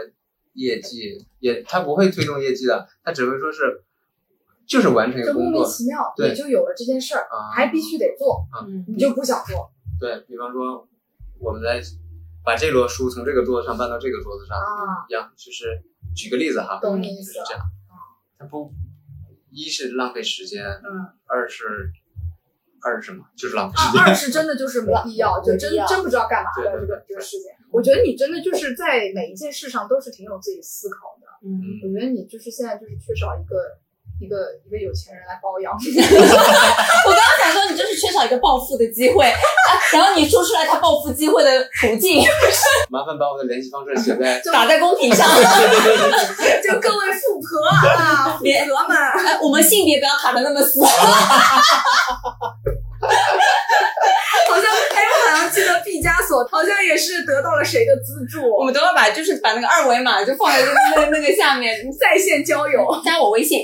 Speaker 4: 业绩，也它不会推动业绩的，它只会说是就是完成一
Speaker 2: 就
Speaker 4: 个
Speaker 2: 莫
Speaker 4: 工
Speaker 2: 名
Speaker 4: 作
Speaker 2: 其妙，
Speaker 4: 对
Speaker 2: 你就有了这件事儿，
Speaker 4: 啊，
Speaker 2: 还必须得做，
Speaker 3: 嗯
Speaker 2: 你就不想做
Speaker 4: 对比方说我们来把这摞书从这个桌子上搬到这个桌子上。
Speaker 2: 啊？
Speaker 4: 一样，就是举个例子哈，
Speaker 2: 懂你意
Speaker 4: 就
Speaker 2: 思
Speaker 4: 是
Speaker 2: 了
Speaker 4: 这。样。它不，一是浪费时间，
Speaker 2: 嗯，啊
Speaker 4: 二是二是什么？就是浪费时间。
Speaker 2: 二二是真的就是没必要，就
Speaker 3: 没
Speaker 2: 真
Speaker 3: 必要
Speaker 2: 真不知道干嘛的
Speaker 4: 对
Speaker 2: 这个这
Speaker 4: 对
Speaker 2: 个事情。我觉得你真的就是在每一件事上都是挺有自己思考的。
Speaker 3: 嗯，
Speaker 2: 我觉得你就是现在就是缺少一个一个一个有钱人来包养 你。。
Speaker 3: 我刚刚想说，你就是缺少一个暴富的机会，啊然后你说出来他暴富机会的途径，
Speaker 4: 麻烦把我的联系方式写在
Speaker 2: 就
Speaker 3: 打在公屏上。
Speaker 2: 就各位富婆 啊，富
Speaker 3: 别
Speaker 2: 婆们，
Speaker 3: 哎，我们性别不要卡的那么死。
Speaker 2: 好像哎，我好像记得毕加索好像也是得到了谁的资助，
Speaker 3: 我们都要把就是把那个二维码就放在那个那个下面，
Speaker 2: 在线交友。
Speaker 3: 加我微 信，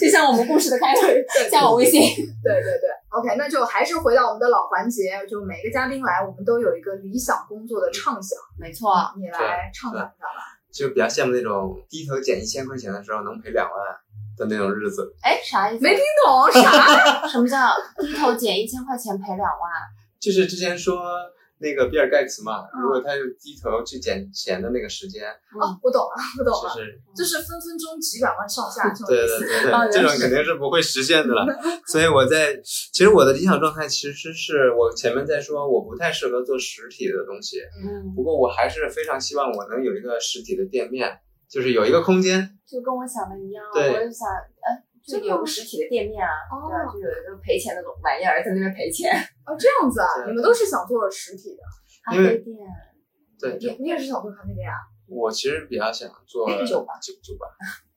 Speaker 3: 就像我们故事的开头，加我微信。
Speaker 2: 对对对，OK，那就还是回到我们的老环节，就每个嘉宾来，我们都有一个理想工作的畅想，
Speaker 3: 没错，
Speaker 2: 你来畅想一下吧。
Speaker 4: 就比较羡慕那种低头捡一千块钱的时候能赔两万的那种日子，
Speaker 3: 哎，啥意思？
Speaker 2: 没听懂 啥？
Speaker 3: 什么叫低头捡一千块钱赔两万？
Speaker 4: 就是之前说那个比尔盖茨嘛，
Speaker 2: 嗯
Speaker 4: 如果他有低头去捡钱的那个时间，
Speaker 2: 哦，我懂了，我懂
Speaker 4: 就
Speaker 2: 了，
Speaker 4: 是
Speaker 2: 就是分分钟几百万上下这种
Speaker 4: 对
Speaker 2: 意
Speaker 4: 对
Speaker 2: 思。
Speaker 3: 哦
Speaker 4: 对对
Speaker 3: 原来，
Speaker 4: 这种
Speaker 3: 是
Speaker 4: 肯定是不会实现 的了。所以我在，其实我的理想状态其实是我前面在说我不太适合做实体的东西，
Speaker 3: 嗯，
Speaker 4: 不过我还是非常希望我能有一个实体的店面，就是有一个空间。
Speaker 3: 就跟我想的一样，
Speaker 4: 对
Speaker 3: 我就想，呃，就
Speaker 2: 真的
Speaker 3: 有个实体的店面啊，
Speaker 2: 哦
Speaker 3: 对啊，就有一个赔钱的玩意儿在那边赔钱，
Speaker 2: 哦，这样子啊，
Speaker 4: 对
Speaker 2: 你们都是想做实体的，
Speaker 3: 咖
Speaker 4: 因为
Speaker 3: 啡啊店、嗯
Speaker 4: 对，
Speaker 2: 你你也是想做咖啡店啊？
Speaker 4: 我其实比较想做
Speaker 3: 酒吧
Speaker 4: 酒酒吧。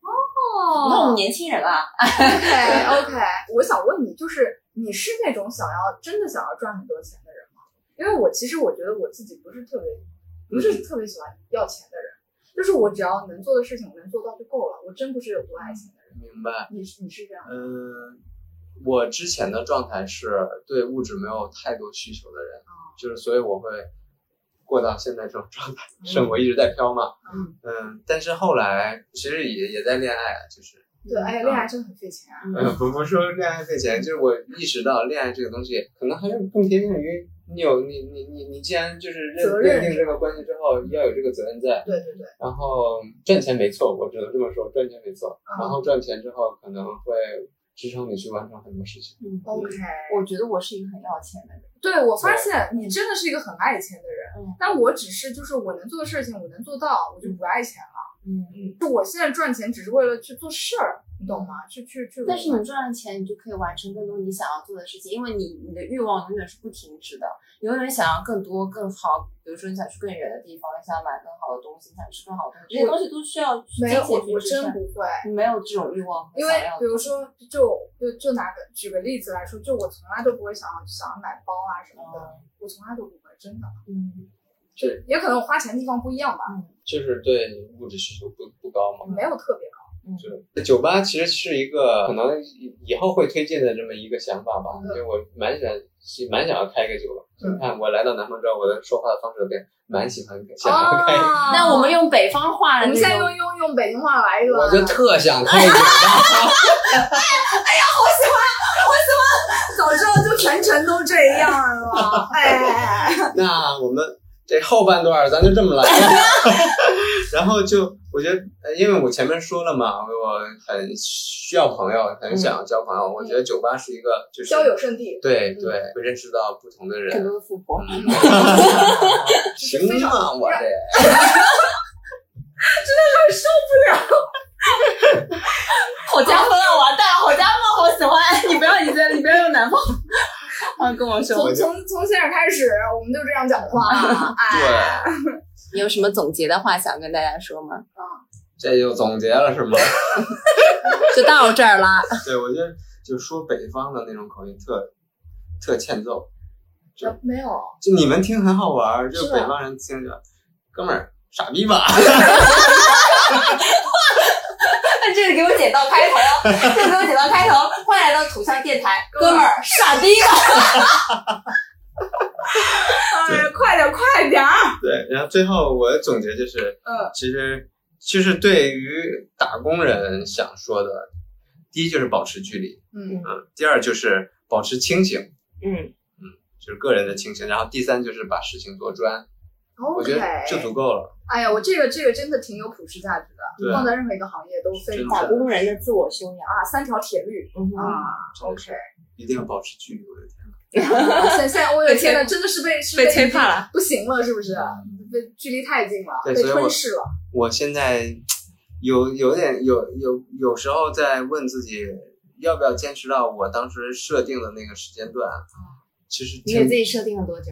Speaker 2: 哦
Speaker 3: 你看我们年轻人啊，
Speaker 2: OK OK，我想问你，就是你你是那种想要真的想要赚很多钱的人吗？因为我其实我觉得我自己不是特别不是特别喜欢要钱的人，就是我只要能做的事情我能做到就够了，我真不是有多爱钱的人。
Speaker 4: 明白。
Speaker 2: 你是你是这样的，
Speaker 4: 嗯，我之前的状态是对物质没有太多需求的人，
Speaker 2: 哦
Speaker 4: 就是所以我会过到现在这种状态，
Speaker 2: 嗯
Speaker 4: 生活一直在飘嘛。
Speaker 3: 嗯
Speaker 4: 嗯，但是后来其实也也在恋爱，啊就是
Speaker 2: 对，哎呀，恋爱真的很费钱啊。
Speaker 4: 嗯，不不说恋爱费钱，就是我意识到恋爱这个东西可能还是更贴近于你有你你你你既然就是
Speaker 2: 责
Speaker 4: 认
Speaker 2: 任
Speaker 4: 认定这个关系之后，要有这个责任在，
Speaker 2: 对对对，
Speaker 4: 然后赚钱没错，我只能这么说，赚钱没错。
Speaker 2: 嗯
Speaker 4: 然后赚钱之后可能会支撑你去完成很多事情。
Speaker 3: 嗯，
Speaker 2: ，OK。
Speaker 3: 我觉得我是一个很要钱的人。
Speaker 2: 对，我发现你真的是一个很爱钱的人，
Speaker 3: 嗯
Speaker 2: 但我只是就是我能做的事情我能做到，我就不爱钱了。
Speaker 3: 嗯，
Speaker 2: 就我现在赚钱只是为了去做事儿，你懂吗？去去去。
Speaker 3: 但是你赚了钱，你就可以完成更多你想要做的事情，因为你你的欲望永远是不停止的，你永远想要更多更好。比如说你想去更远的地方，你想买更好的东西，你想吃更好的东西，这些东西都需要金
Speaker 2: 没有
Speaker 3: 钱
Speaker 2: 我
Speaker 3: 去
Speaker 2: 我
Speaker 3: 支
Speaker 2: 真
Speaker 3: 撑
Speaker 2: 不会，
Speaker 3: 你没有这种欲望和
Speaker 2: 因
Speaker 3: 想
Speaker 2: 为
Speaker 3: 要
Speaker 2: 比如
Speaker 3: 的
Speaker 2: 说就就就拿个举个例子来说，就我从来都不会想要想要买包啊什么
Speaker 4: 哦
Speaker 2: 的，我从来都不会，真的。
Speaker 3: 嗯
Speaker 2: 就也可能我花钱的地方不一样吧，
Speaker 3: 嗯
Speaker 4: 就是对物质需求不不高嘛。
Speaker 2: 没有特别高。
Speaker 4: 就酒吧其实是一个可能以以后会推进的这么一个想法吧，
Speaker 2: 嗯
Speaker 4: 所以我蛮想蛮想要开一个酒吧。
Speaker 2: 嗯哦
Speaker 4: 你看我来到南方之后，我的说话的方式都变，蛮喜欢想要开一个，
Speaker 3: 那我嗯们用北方话
Speaker 2: 我
Speaker 3: 的那
Speaker 2: 们现在
Speaker 3: 种，
Speaker 2: 用用用北京话来一个吧，
Speaker 4: 我就特想开酒吧。
Speaker 2: 早知道就全程都这样 了，哎。
Speaker 4: 那我们这后半段儿咱就这么来吧。 然后就我觉得，呃因为我前面说了嘛，我很需要朋友，很想要交朋友。我觉得酒吧是一个就是
Speaker 2: 嗯交友圣地，
Speaker 4: 对对，
Speaker 2: 嗯
Speaker 4: 会认识到不同的
Speaker 3: 很
Speaker 4: 人。
Speaker 3: 多的富婆。
Speaker 4: 行啊，我这。
Speaker 3: 好加分啊！完蛋，好加分，好喜欢！你不要你在，你不要用南方。啊，跟我说，
Speaker 2: 从从从现在开始，我们就这样讲 话。哎，
Speaker 4: 对，
Speaker 3: 你有什么总结的话想跟大家说吗？
Speaker 4: 这就总结了是吗？
Speaker 3: 就到这儿啦。
Speaker 4: 对，我觉得就说北方的那种口音特特欠揍，
Speaker 2: 呃没有，
Speaker 4: 就你们听很好玩儿，就是北
Speaker 2: 吧
Speaker 4: 方人听着，哥们儿傻逼吧，
Speaker 3: 这个给我剪到开头， 这个给我剪到开头。欢迎来到土象电台，哥们儿，傻逼吧！
Speaker 2: 哎，快点快点儿，
Speaker 4: 对。然后最后我的总结就是，
Speaker 2: 嗯，
Speaker 4: 其实就是对于打工人想说的，第一就是保持距离，
Speaker 2: 嗯
Speaker 4: 嗯，第二就是保持清醒，
Speaker 3: 嗯，
Speaker 4: 就是个人的清醒，然后第三就是把事情做专，我觉
Speaker 2: ，OK，
Speaker 4: 得就足够了。
Speaker 2: 哎呀，我这个这个真的挺有普世价值
Speaker 4: 对啊
Speaker 2: 的，放在任何一个行业都非
Speaker 4: 真
Speaker 2: 常
Speaker 4: 的
Speaker 2: 好
Speaker 3: 打工人的自我修养。
Speaker 2: 啊，三条铁律
Speaker 3: 嗯哼，
Speaker 2: 啊
Speaker 4: 真的是
Speaker 2: ，OK。
Speaker 4: 一定要保持距离，我的天呐，
Speaker 2: 现现在我有
Speaker 3: 被
Speaker 2: 天呐，
Speaker 3: 催
Speaker 2: 真的是被是
Speaker 3: 被催怕了，
Speaker 2: 不行了，是不是？被距离太近了，
Speaker 4: 嗯对
Speaker 2: 被
Speaker 4: 所以我
Speaker 2: 吞噬了。
Speaker 4: 我现在有有点有有有时候在问自己，要不要坚持到我当时设定的那个时间段？啊其实
Speaker 3: 你给
Speaker 4: 挺
Speaker 3: 自己设定了多久？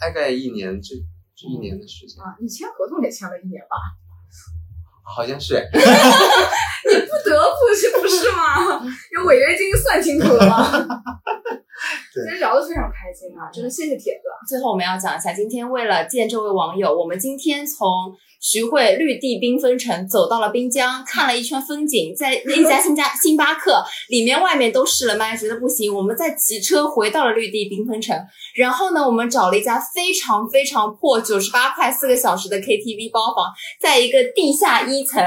Speaker 4: 大概一年，这这一年的时间，
Speaker 3: 嗯
Speaker 2: 啊，你签合同也签了一年吧？
Speaker 4: 好像是哎。
Speaker 2: 不得不是不是吗？有违约金算清楚了吗？
Speaker 4: 对
Speaker 2: 今天聊得非常开心啊，真的谢谢铁哥。
Speaker 3: 最后我们要讲一下，今天为了见这位网友，我们今天从徐汇绿地缤纷城走到了滨江，看了一圈风景，在一家新家星巴克里面外面都试了麦，觉得不行，我们再骑车回到了绿地缤纷城。然后呢，我们找了一家非常非常破，九十八块四个小时的 KTV 包房，在一个地下一层，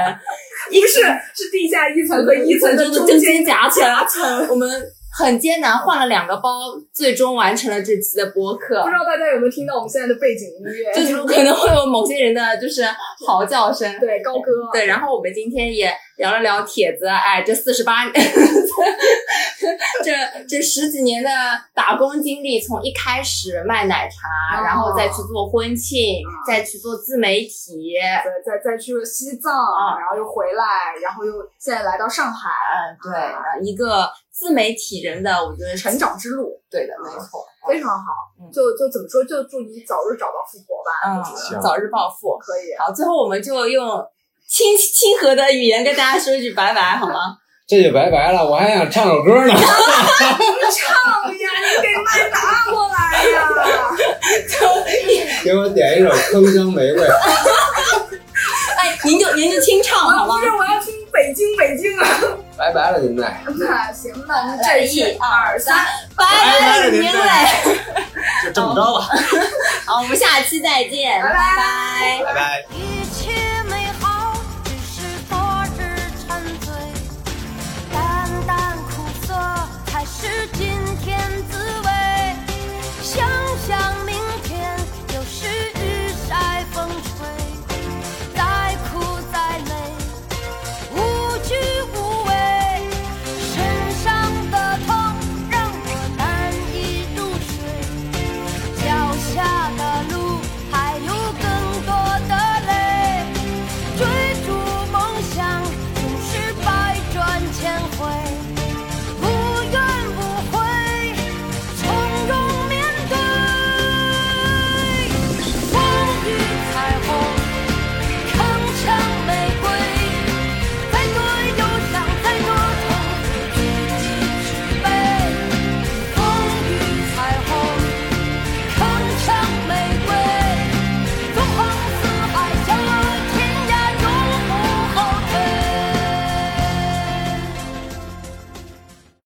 Speaker 3: 一
Speaker 2: 不是，是地下一层和一层的中
Speaker 3: 中
Speaker 2: 间。
Speaker 3: 夹层，我们很艰难换了两个包，最终完成了这期的播客。
Speaker 2: 不知道大家有没有听到我们现在的背景音乐？
Speaker 3: 就是可能会有某些人的就是嚎叫声。
Speaker 2: 对高歌，啊
Speaker 3: 对，然后我们今天也聊了聊帖子，哎，这四十八，这这十几年的打工经历，从一开始卖奶茶，
Speaker 2: 哦嗯
Speaker 3: 然后再去做婚庆，再去做自媒体，
Speaker 2: 再再再去了西藏，
Speaker 3: 啊
Speaker 2: 然后又回来，然后又现在来到上海，
Speaker 3: 嗯，对，然后一个自媒体人的，我觉得
Speaker 2: 成，长之路
Speaker 3: 对的，没错，
Speaker 2: 非常好。
Speaker 3: 嗯
Speaker 2: 就就怎么说，就祝你早日找到富婆吧。
Speaker 3: 嗯
Speaker 2: 我觉得
Speaker 4: 行，
Speaker 3: 早日暴富。
Speaker 2: 可以。啊
Speaker 3: 好，最后我们就用亲亲和的语言跟大家说一句拜拜，好吗？
Speaker 4: 这就拜拜了，我还想唱首歌呢。
Speaker 2: 唱呀，你给麦拿过来呀！
Speaker 4: 给我点一首《铿锵玫瑰》。
Speaker 3: 哎，您就您就清唱好
Speaker 2: 啊，不
Speaker 3: 吗？
Speaker 2: 是，我要听北京北京啊！
Speaker 4: 拜拜了，您嘞，
Speaker 2: 那行吧，那
Speaker 3: 来
Speaker 2: 这
Speaker 3: 一
Speaker 2: 一
Speaker 3: 二
Speaker 2: 二
Speaker 3: 三
Speaker 2: 三，，
Speaker 3: 拜拜
Speaker 4: 拜
Speaker 3: 您嘞！
Speaker 6: 就这么着吧。
Speaker 3: 好，我们下期再见，
Speaker 2: 拜拜
Speaker 3: 拜拜
Speaker 4: 拜拜。
Speaker 5: 一